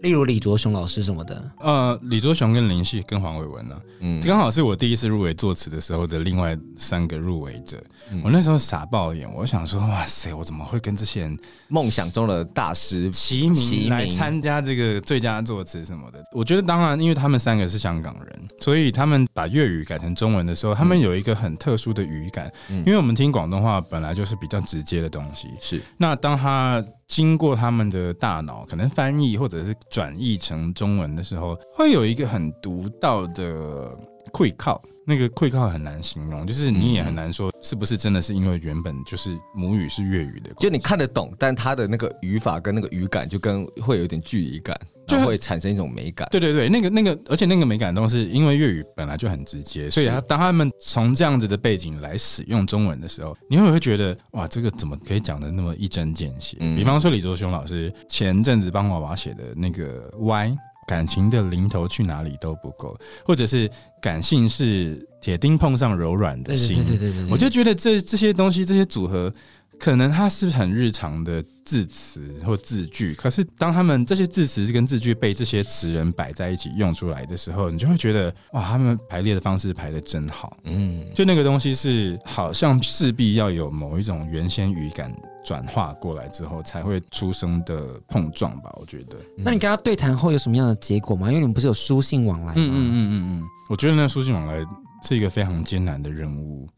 例如李卓雄老师什么的，呃，李卓雄跟林夕跟黄伟文呢、嗯这刚好是我第一次入围作词的时候的另外三个入围者。我那时候傻爆眼，我想说，哇塞，我怎么会跟这些人梦想中的大师齐齐名名来参加这个最佳作词什么的？我觉得，当然，因为他们三个是香港人，所以他们把粤语改成中文的时候，他们有一个很特殊的语感，嗯因为我们听广东话本来就是比较直接的东西，是那当他经过他们的大脑，可能翻译或者是转译成中文的时候，会有一个很独到的溃靠。那个溃靠很难形容，就是你嗯也很难说是不是真的是因为原本就是母语是粤语的关系，就你看得懂，但他的那个语法跟那个语感就跟会有一点距离感，就就会产生一种美感。对对对，那个那个，而且那个美感动是因为粤语本来就很直接，所以他当他们从这样子的背景来使用中文的时候，你会会觉得哇，这个怎么可以讲的那么一针见血？嗯比方说李卓雄老师前阵子帮娃娃写的那个 Y。感情的零头去哪里都不够，或者是感性是铁钉碰上柔软的对对心，对对对对对，我就觉得这这些东西，这些组合，可能它是很日常的字词或字句，可是当他们这些字词跟字句被这些词人摆在一起用出来的时候，你就会觉得哇，他们排列的方式排的真好。嗯，就那个东西是好像势必要有某一种原先语感转化过来之后才会出生的碰撞吧，我觉得。那你跟他对谈后有什么样的结果吗？因为你们不是有书信往来吗？嗯嗯嗯嗯嗯，我觉得那个书信往来是一个非常艰难的任务，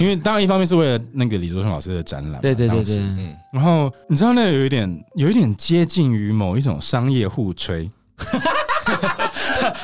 因为当然一方面是为了那个李卓雄老师的展览嘛，对对对当时对，然后你知道那有一点有一点接近于某一种商业互吹，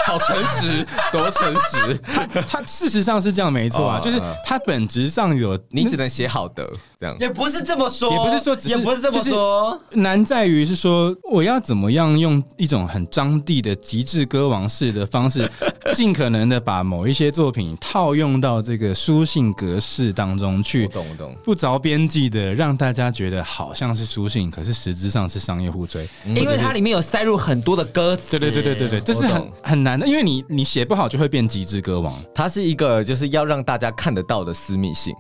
好诚 实，多诚实，它事实上是这样没错啊，哦就是嗯它本质上有你只能写好的这 样。也不是这么说也不是说只是就是说。难在于是说我要怎么样用一种很张帝的极致歌王式的方式，尽可能的把某一些作品套用到这个书信格式当中去我。懂，我懂。不着边际的让大家觉得好像是书信，可是实质上是商业互吹。因为它里面有塞入很多的歌词，对对对对对对，这是我很懂哎很难的，因为你你写不好就会变极致歌王。它是一个就是要让大家看得到的私密性，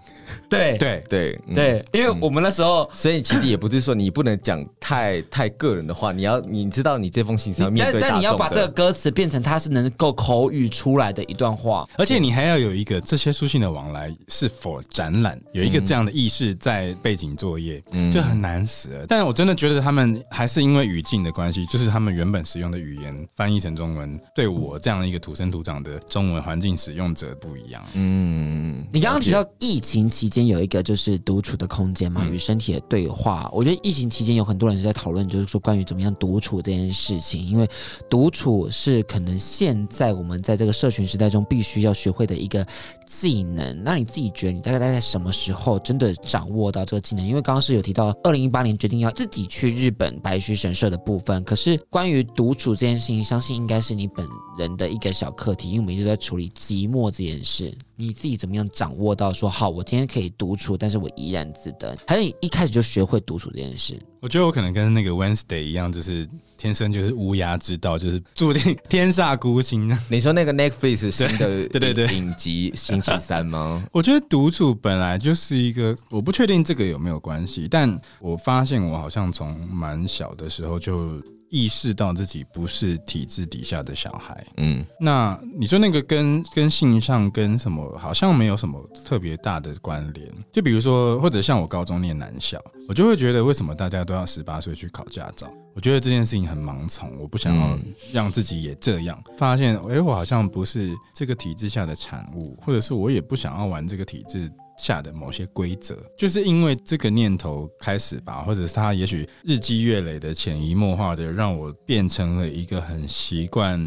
对对，对、嗯，对，因为我们那时候，所以其实也不是说你不能讲太太个人的话，你要你知道你这封嗯信是要面但对大但你众的。要把这个歌词变成它是能够口语出来的一段话，而且你还要有一个这些书信的往来是否展览，有一个这样的意识在背景作业，嗯就很难死了。但我真的觉得他们还是因为语境的关系，就是他们原本使用的语言翻译成中文，对我这样一个土生土长的中文环境使用者不一样。嗯，你刚刚提到疫情期间有一个就是独处的空间嘛，与身体的对话。我觉得疫情期间有很多人是在讨论，就是说关于怎么样独处这件事情，因为独处是可能现在我们在这个社群时代中必须要学会的一个技能。那你自己觉得你大概在什么时候真的掌握到这个技能？因为刚刚是有提到，二零一八年决定要自己去日本白须神社的部分，可是关于独处这件事情，相信应该是你本人的一个小课题，因为我们一直在处理寂寞这件事。你自己怎么样掌握到说好，我今天可以独处，但是我怡然自得？还是你一开始就学会独处这件事？我觉得我可能跟那个 Wednesday 一样，就是天生就是乌鸦之道，就是注定 天煞孤星。你说那个 Netflix 新 的对对对对影集星期三吗？ 我觉得独处本来就是一个，我不确定这个有没有关系，但我发现我好像从蛮小的时候就意识到自己不是体制底下的小孩。嗯，那你说那个跟跟性向跟什么好像没有什么特别大的关联，就比如说或者像我高中念男校，我就会觉得为什么大家都要十八岁去考驾照？我觉得这件事情很盲从，我不想要嗯让自己也这样。发现诶，我好像不是这个体制下的产物，或者是我也不想要玩这个体制。下的某些规则，就是因为这个念头开始吧，或者是它也许日积月累的潜移默化的，让我变成了一个很习惯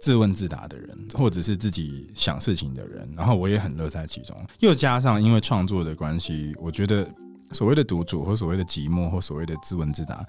自问自答的人，或者是自己想事情的人，然后我也很乐在其中。又加上因为创作的关系，我觉得所谓的独处或所谓的寂寞或所谓的自问自答，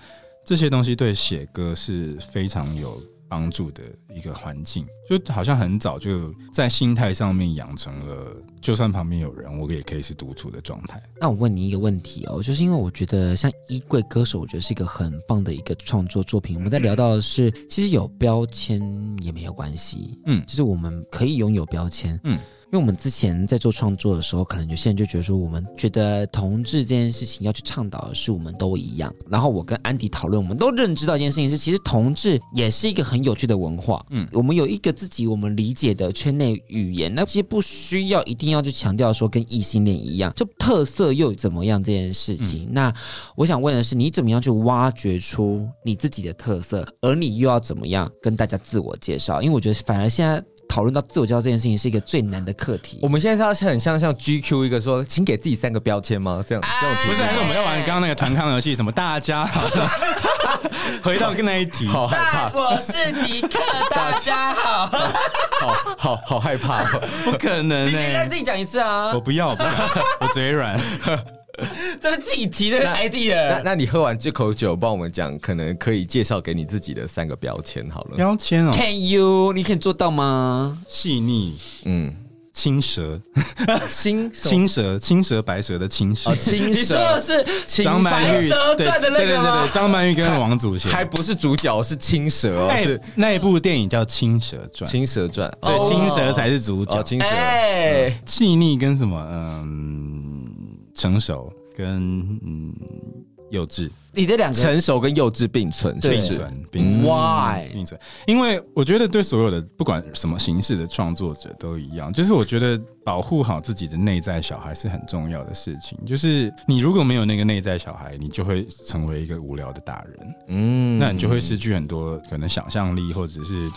这些东西对写歌是非常有帮助的一个环境，就好像很早就在心态上面养成了，就算旁边有人，我也可以是独处的状态。那我问你一个问题哦，就是因为我觉得像衣柜歌手，我觉得是一个很棒的一个创作作品。我们在聊到的是，其实有标签也没有关系，嗯就是我们可以拥有标签，嗯。因为我们之前在做创作的时候，可能有些人就觉得说，我们觉得同志这件事情要去倡导的是我们都一样。然后我跟安迪讨论，我们都认知到一件事情是，其实同志也是一个很有趣的文化。嗯，我们有一个自己我们理解的圈内语言，那其实不需要一定要去强调说跟异性恋一样，就特色又怎么样这件事情。那我想问的是，你怎么样去挖掘出你自己的特色，而你又要怎么样跟大家自我介绍？因为我觉得反而现在。讨论到自我介绍这件事情是一个最难的课题。我们现在是要像很像像 GQ 一个说，请给自己三个标签吗？这样啊这种题目不是，还是我们要玩刚刚那个团康游戏，什么大家好像回到跟那一题。好害怕，我是迪克，大家好。好好好害 怕 哦。不可能呢、哦你让自己讲一次啊我，不要，我不敢，我嘴软。这是自己提的那 idea 那。那你喝完这口酒，帮我们讲，可能可以介绍给你自己的三个标签好了。标签哦， Can you？你可以做到吗？细腻、嗯，青蛇、青青青蛇、青蛇、白蛇的青蛇哦，。青你说的蛇是张曼白玉蛇传的那对对个对吗对，张曼玉跟王祖贤还不是主角，是青蛇哦，哎那是那一部电影叫《青蛇传》，青蛇传所哦以青蛇才是主角哦，。青蛇哎，细腻跟什么？嗯，成熟跟嗯幼稚你这两个成熟跟幼稚并存，是对不并是？存并存。 why？并存，嗯因为我觉得对所有的不管什么形式的创作者都一样，就是我觉得保护好自己的内在小孩是很重要的事情。就是你如果没有那个内在小孩，你就会成为一个无聊的大人，嗯那你就会失去很多可能想象力或者是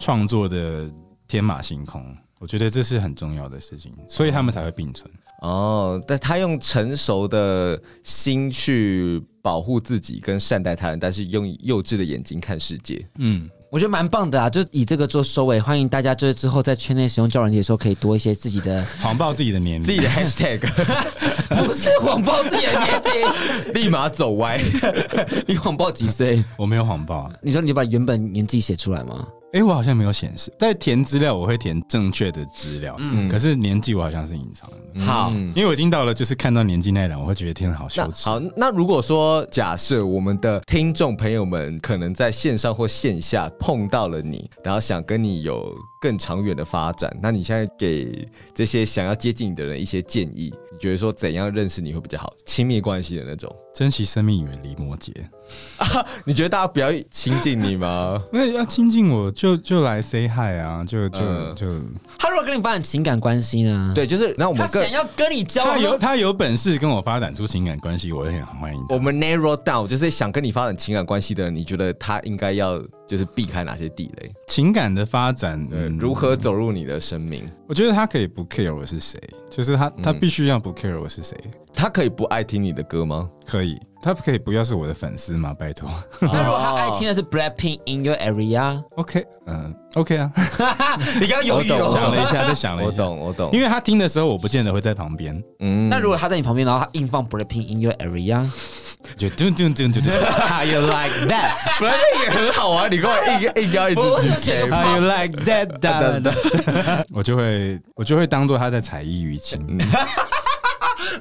创作的天马行空。我觉得这是很重要的事情，所以他们才会并存。哦，但他用成熟的心去保护自己跟善待他人，但是用幼稚的眼睛看世界。嗯，我觉得蛮棒的啊，就以这个做收尾。欢迎大家就是之后在圈内使用交友软体的时候，可以多一些自己 的，谎报自己的年龄，自己的 hashtag 不是谎报自己的年纪，立马走歪，你谎报几岁？我没有谎报、啊。 你说你把原本年纪写出来吗？哎、我好像没有显示，在填资料我会填正确的资料，嗯，可是年纪我好像是隐藏的，好，因为我已经到了就是看到年纪那一栏，我会觉得天啊好羞那耻。好，那如果说假设我们的听众朋友们可能在线上或线下碰到了你，然后想跟你有更长远的发展，那你现在给这些想要接近你的人一些建议，你觉得说怎样认识你会比较好？亲密关系的那种，珍惜生命，远离摩羯。你觉得大家不要亲近你吗？因为要亲近我就就来 say hi 啊，就就、嗯就。他如果跟你发展情感关系呢？，对，就是那我他们更想要跟你交他往，有他有本事跟我发展出情感关系，我也很欢迎他。我们 narrow down，就是想跟你发展情感关系的人，你觉得他应该要就是避开哪些地雷？情感的发展，对，嗯如何走入你的生命？我觉得他可以不 care 我是谁，就嗯是他他必须要不 care 我是谁，他可以不爱听你的歌吗？可以，他可以不要是我的粉丝吗？拜托 那如果他爱听的是 Blackpink in your area， ，OK，嗯、o k 啊，你刚刚犹豫我懂想哦。了一下，再想了我一下，懂，我懂因。为他听的时候我不见得会在旁边，嗯那如果他在你旁边，然后他硬放 Blackpink in your area， 就咚咚咚 咚咚，How you like that？本来这也很好 玩，你跟我硬硬要一直去 How you like that？哒哒哒我就会我就会当做他在才艺于情。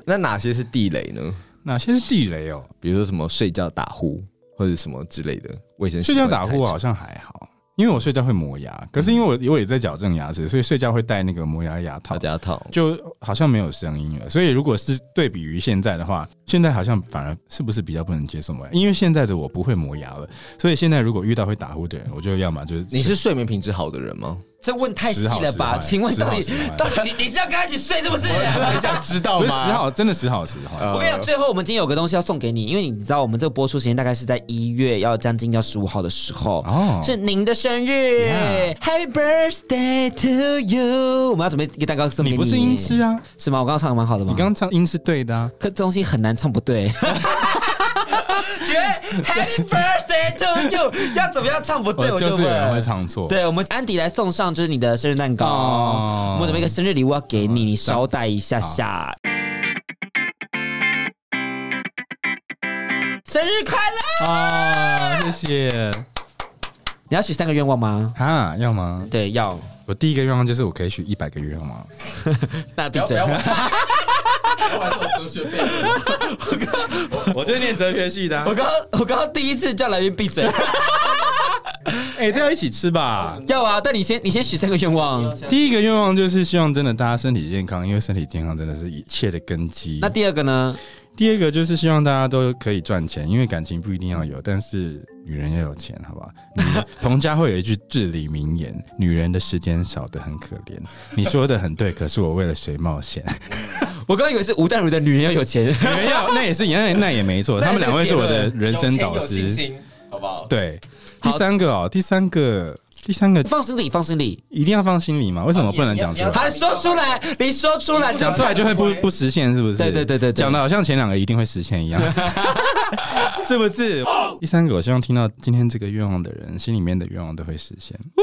那哪些是地雷呢？哪些是地雷哦？比如说什么睡觉打呼或者什么之类的卫生习睡惯觉太打差。呼啊好像还好，因为我睡觉会磨牙，可是因为我我也在矫正牙齿，所以睡觉会戴那个磨牙牙套大，家套，就好像没有声音了。所以如果是对比于现在的话，现在好像反而是不是比较不能接受磨牙？因为现在的我不会磨牙了，所以现在如果遇到会打呼的人，我就要么就是你是睡眠品质好的人 吗？这问太细时好了时吧？坏请问时到好底时坏到底你你是要跟他一起睡是不是？很想知道不吗？是时好，真的时好时坏。我跟你讲，最后我们今天有个东西要送给你，因为你知道我们这个播出时间大概是在一月要将近要十五号的时候，哦是您的生日 Yeah ，Happy Birthday to you！我们要准备一个蛋糕送给你不是音痴啊？是吗？我刚刚唱的蛮好的吗？你刚刚唱音是对的啊。可东西很难唱不 对。请问 Happy Birthday to you 要怎么样唱不对？我我就就是有人问会唱错。对我们安迪来送上就是你的生日蛋糕，哦我们准备一个生日礼物要给你，你稍待一下下。生日快乐！ 啊，谢谢。你要许三个愿望吗？哈，要吗？对，要。我第一个愿望就是我可以许一百个愿望。那闭嘴。哲学背景 我就是念哲学系的、啊我刚刚我刚刚第一次叫来宾闭嘴。 哎、大家一起吃吧。要啊，但你先你先许三个愿望。第一个愿望就是希望真的大家身体健康，因为身体健康真的是一切的根基。那第二个呢？第二个就是希望大家都可以赚钱，因为感情不一定要有，但是女人要有钱，好不好？ 女人彭佳慧有一句至理名言：“女人的时间少得很可怜。”你说的很对，可是我为了谁冒险？我刚刚以为是吴淡如的女人要有 钱。没有，那也是那那也没错，他们两位是我的人生导师。，好不好？对，第三个哦，第三个，第三个放心里，放心里，一定要放心里嘛？为什么不能讲出来？还说出来，你说出来，讲出来就会不不实现，是不是？对对对对对讲的好像前两个一定会实 现一样， 是不是？第三个，我希望听到今天这个愿望的人，心里面的愿望都会实现。哦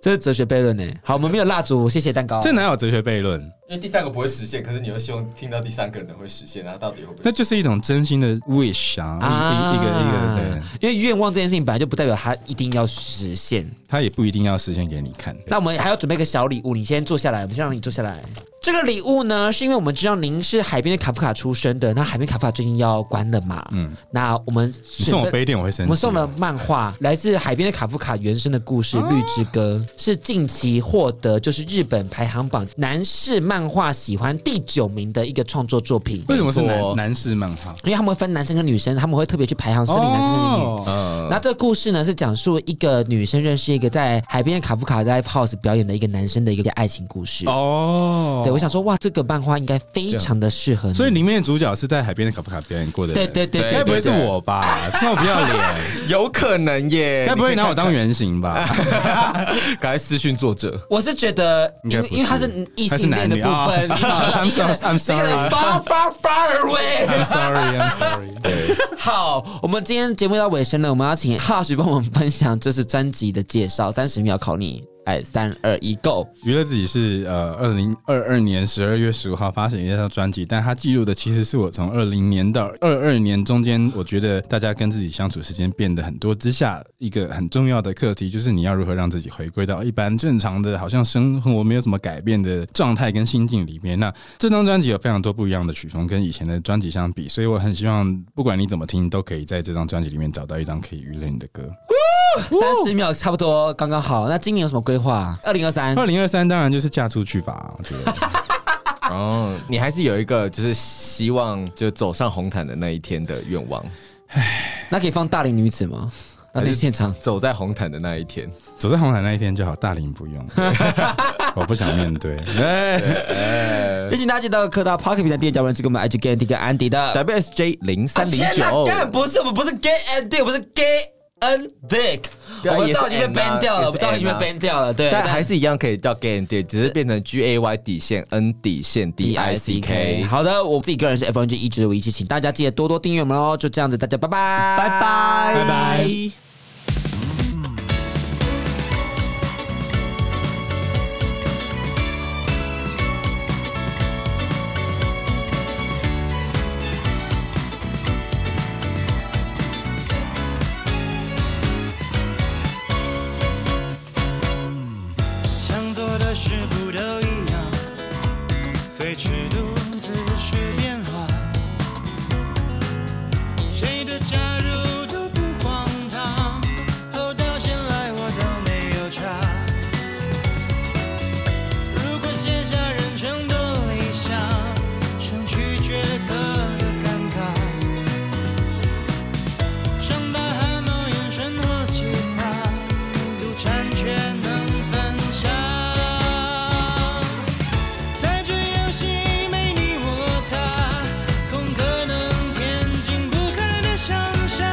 这是哲学悖论呢。好，我们没有蜡烛，谢谢蛋糕。这哪有哲学悖论？因为第三个不会实现，可是你又希望听到第三个人会实现，那到底会不那？就是一种真心的 wish 啊，一一一个一个，对，因为愿望这件事情本来就不代表它一定要实现。他也不一定要实现给你看。那我们还要准备一个小礼物，你先坐下来，我们先让你坐下来。这个礼物呢，是因为我们知道您是海边的卡夫卡出生的，那海边卡夫卡最近要关了嘛，嗯，那我们你送我准备杯垫，我会生气。我们送了漫画，来自海边的卡夫卡原生的故事《绿之歌》，是近期获得就是日本排行榜男士漫画喜欢第九名的一个创作作品。为什么是没错男男士漫画？因为他们会分男生跟女生，他们会特别去排行生理男生生理女。哦，嗯，那这个故事呢，是讲述一个女生认识一个在海边的卡夫卡 live house 表演的一个男生的一个爱情故事。哦对，我想说，哇，这个漫画应该非常的适合你。所以里面的主角是在海边的卡夫卡表演过的对人，对对对对该不会是我吧？ 这么不要脸， 有可能耶，该不会你拿我当原型吧？ 可以赶快私讯作者，我是觉得，因应该为不是因为他是异性恋的部他是分，男你女哦懂 吗 I'm sorry- I'm sorry far far far away。 I'm sorry, I'm sorry。对，好，我们今天节目到尾声了，我们要请 Hush 帮我们分享这次专辑的介绍，三十秒考你。哎，三二一，Go！娱乐自己是呃二零二二年十二月十五号发行的一张专辑，但它记录的其实是我从二零年到二二年中间，我觉得大家跟自己相处时间变得很多之下，一个很重要的课题就是你要如何让自己回归到一般正常的，好像生活没有什么改变的状态跟心境里面。那这张专辑有非常多不一样的曲风，跟以前的专辑相比，所以我很希望不管你怎么听，都可以在这张专辑里面找到一张可以娱乐你的歌。哦三十秒差不多，刚刚好。那今年有什么规划？二零二三，二零二三当然就是嫁出去吧，我觉得。哦，你还是有一个就是希望就走上红毯的那一天的愿望，那可以放大龄女子吗？那天现场，走在红毯的那一天，走在红毯那一天就好，大龄不用，我不想面对。哎呃也请大家记得各大 Pocket 平台店家们是给我们 IG g a n d y 跟安迪的。 WSJ 零三零啊天哪九，干不是我们不是 gay and dick，不是 gay and dick，对啊我们照已经也被是 and 啊 ban 掉了，也是我们照已经被 and 啊 ban 掉了，对，但还是一样可以叫 gay and dick，只是变成 G A Y 底线 N 底线 D I C K。好的，我自己个人是 F N G 一直唯一，请大家记得多多订阅我们哦。就这样子，大家拜拜，拜拜拜拜。最尺度姿势变化，谁的加入都不荒唐。后到现来我都没有差。如果写下人生的理想，省去抉择的尴尬。像大海冒眼神和吉他，独占却能分享。在这游戏没你我他，空可能填进不开的想象。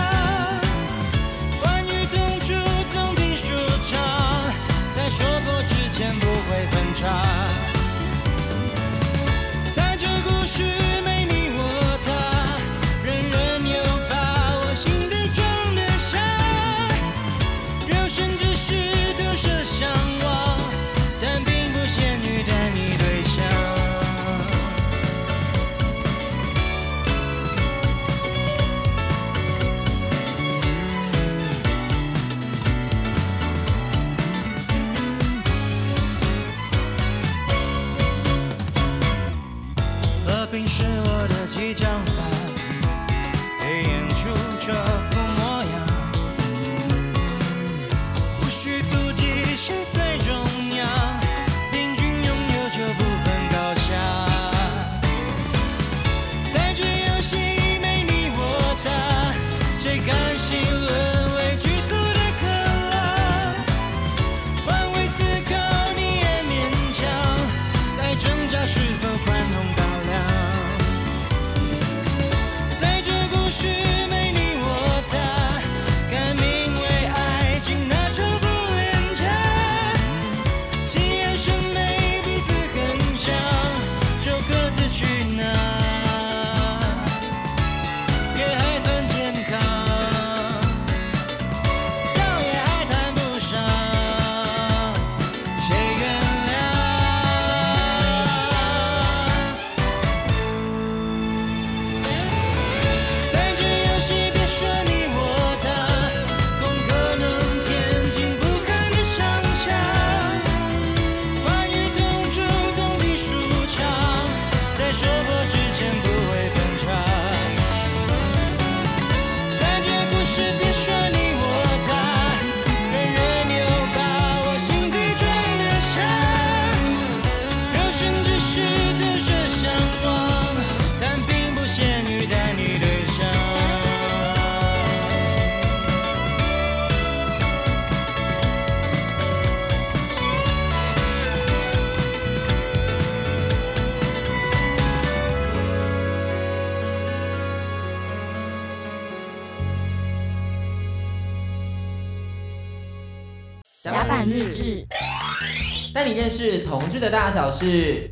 关于痛楚，痛定舒畅，在说破之前不会分叉。在这故事没你我他，人人有把握心底装得下。人生只是投射向往，但并不限于单一对象。和平是我的激将法，得演出这副模样。无需妒忌谁最重要，平均拥有就不分高下。在这游戏没你我他，谁甘心沦为局促的渴望？换位思考，你也勉强在挣扎是否宽宏大量。在这故事没你我他，改名为爱情，那就不廉价。既然审美彼此很像，就各自去拿，也还算健康。倒也还谈不上谁原谅。在这游戏，别说你我他，空可能填进不堪的想象。欢愉同住，同体舒畅，在说破之前不会分叉。在这故事，别说你我他，人人有把握心底装得下。人生只是投射向往，但并不限于单一对象。甲板日志。带你认识同志的大小事。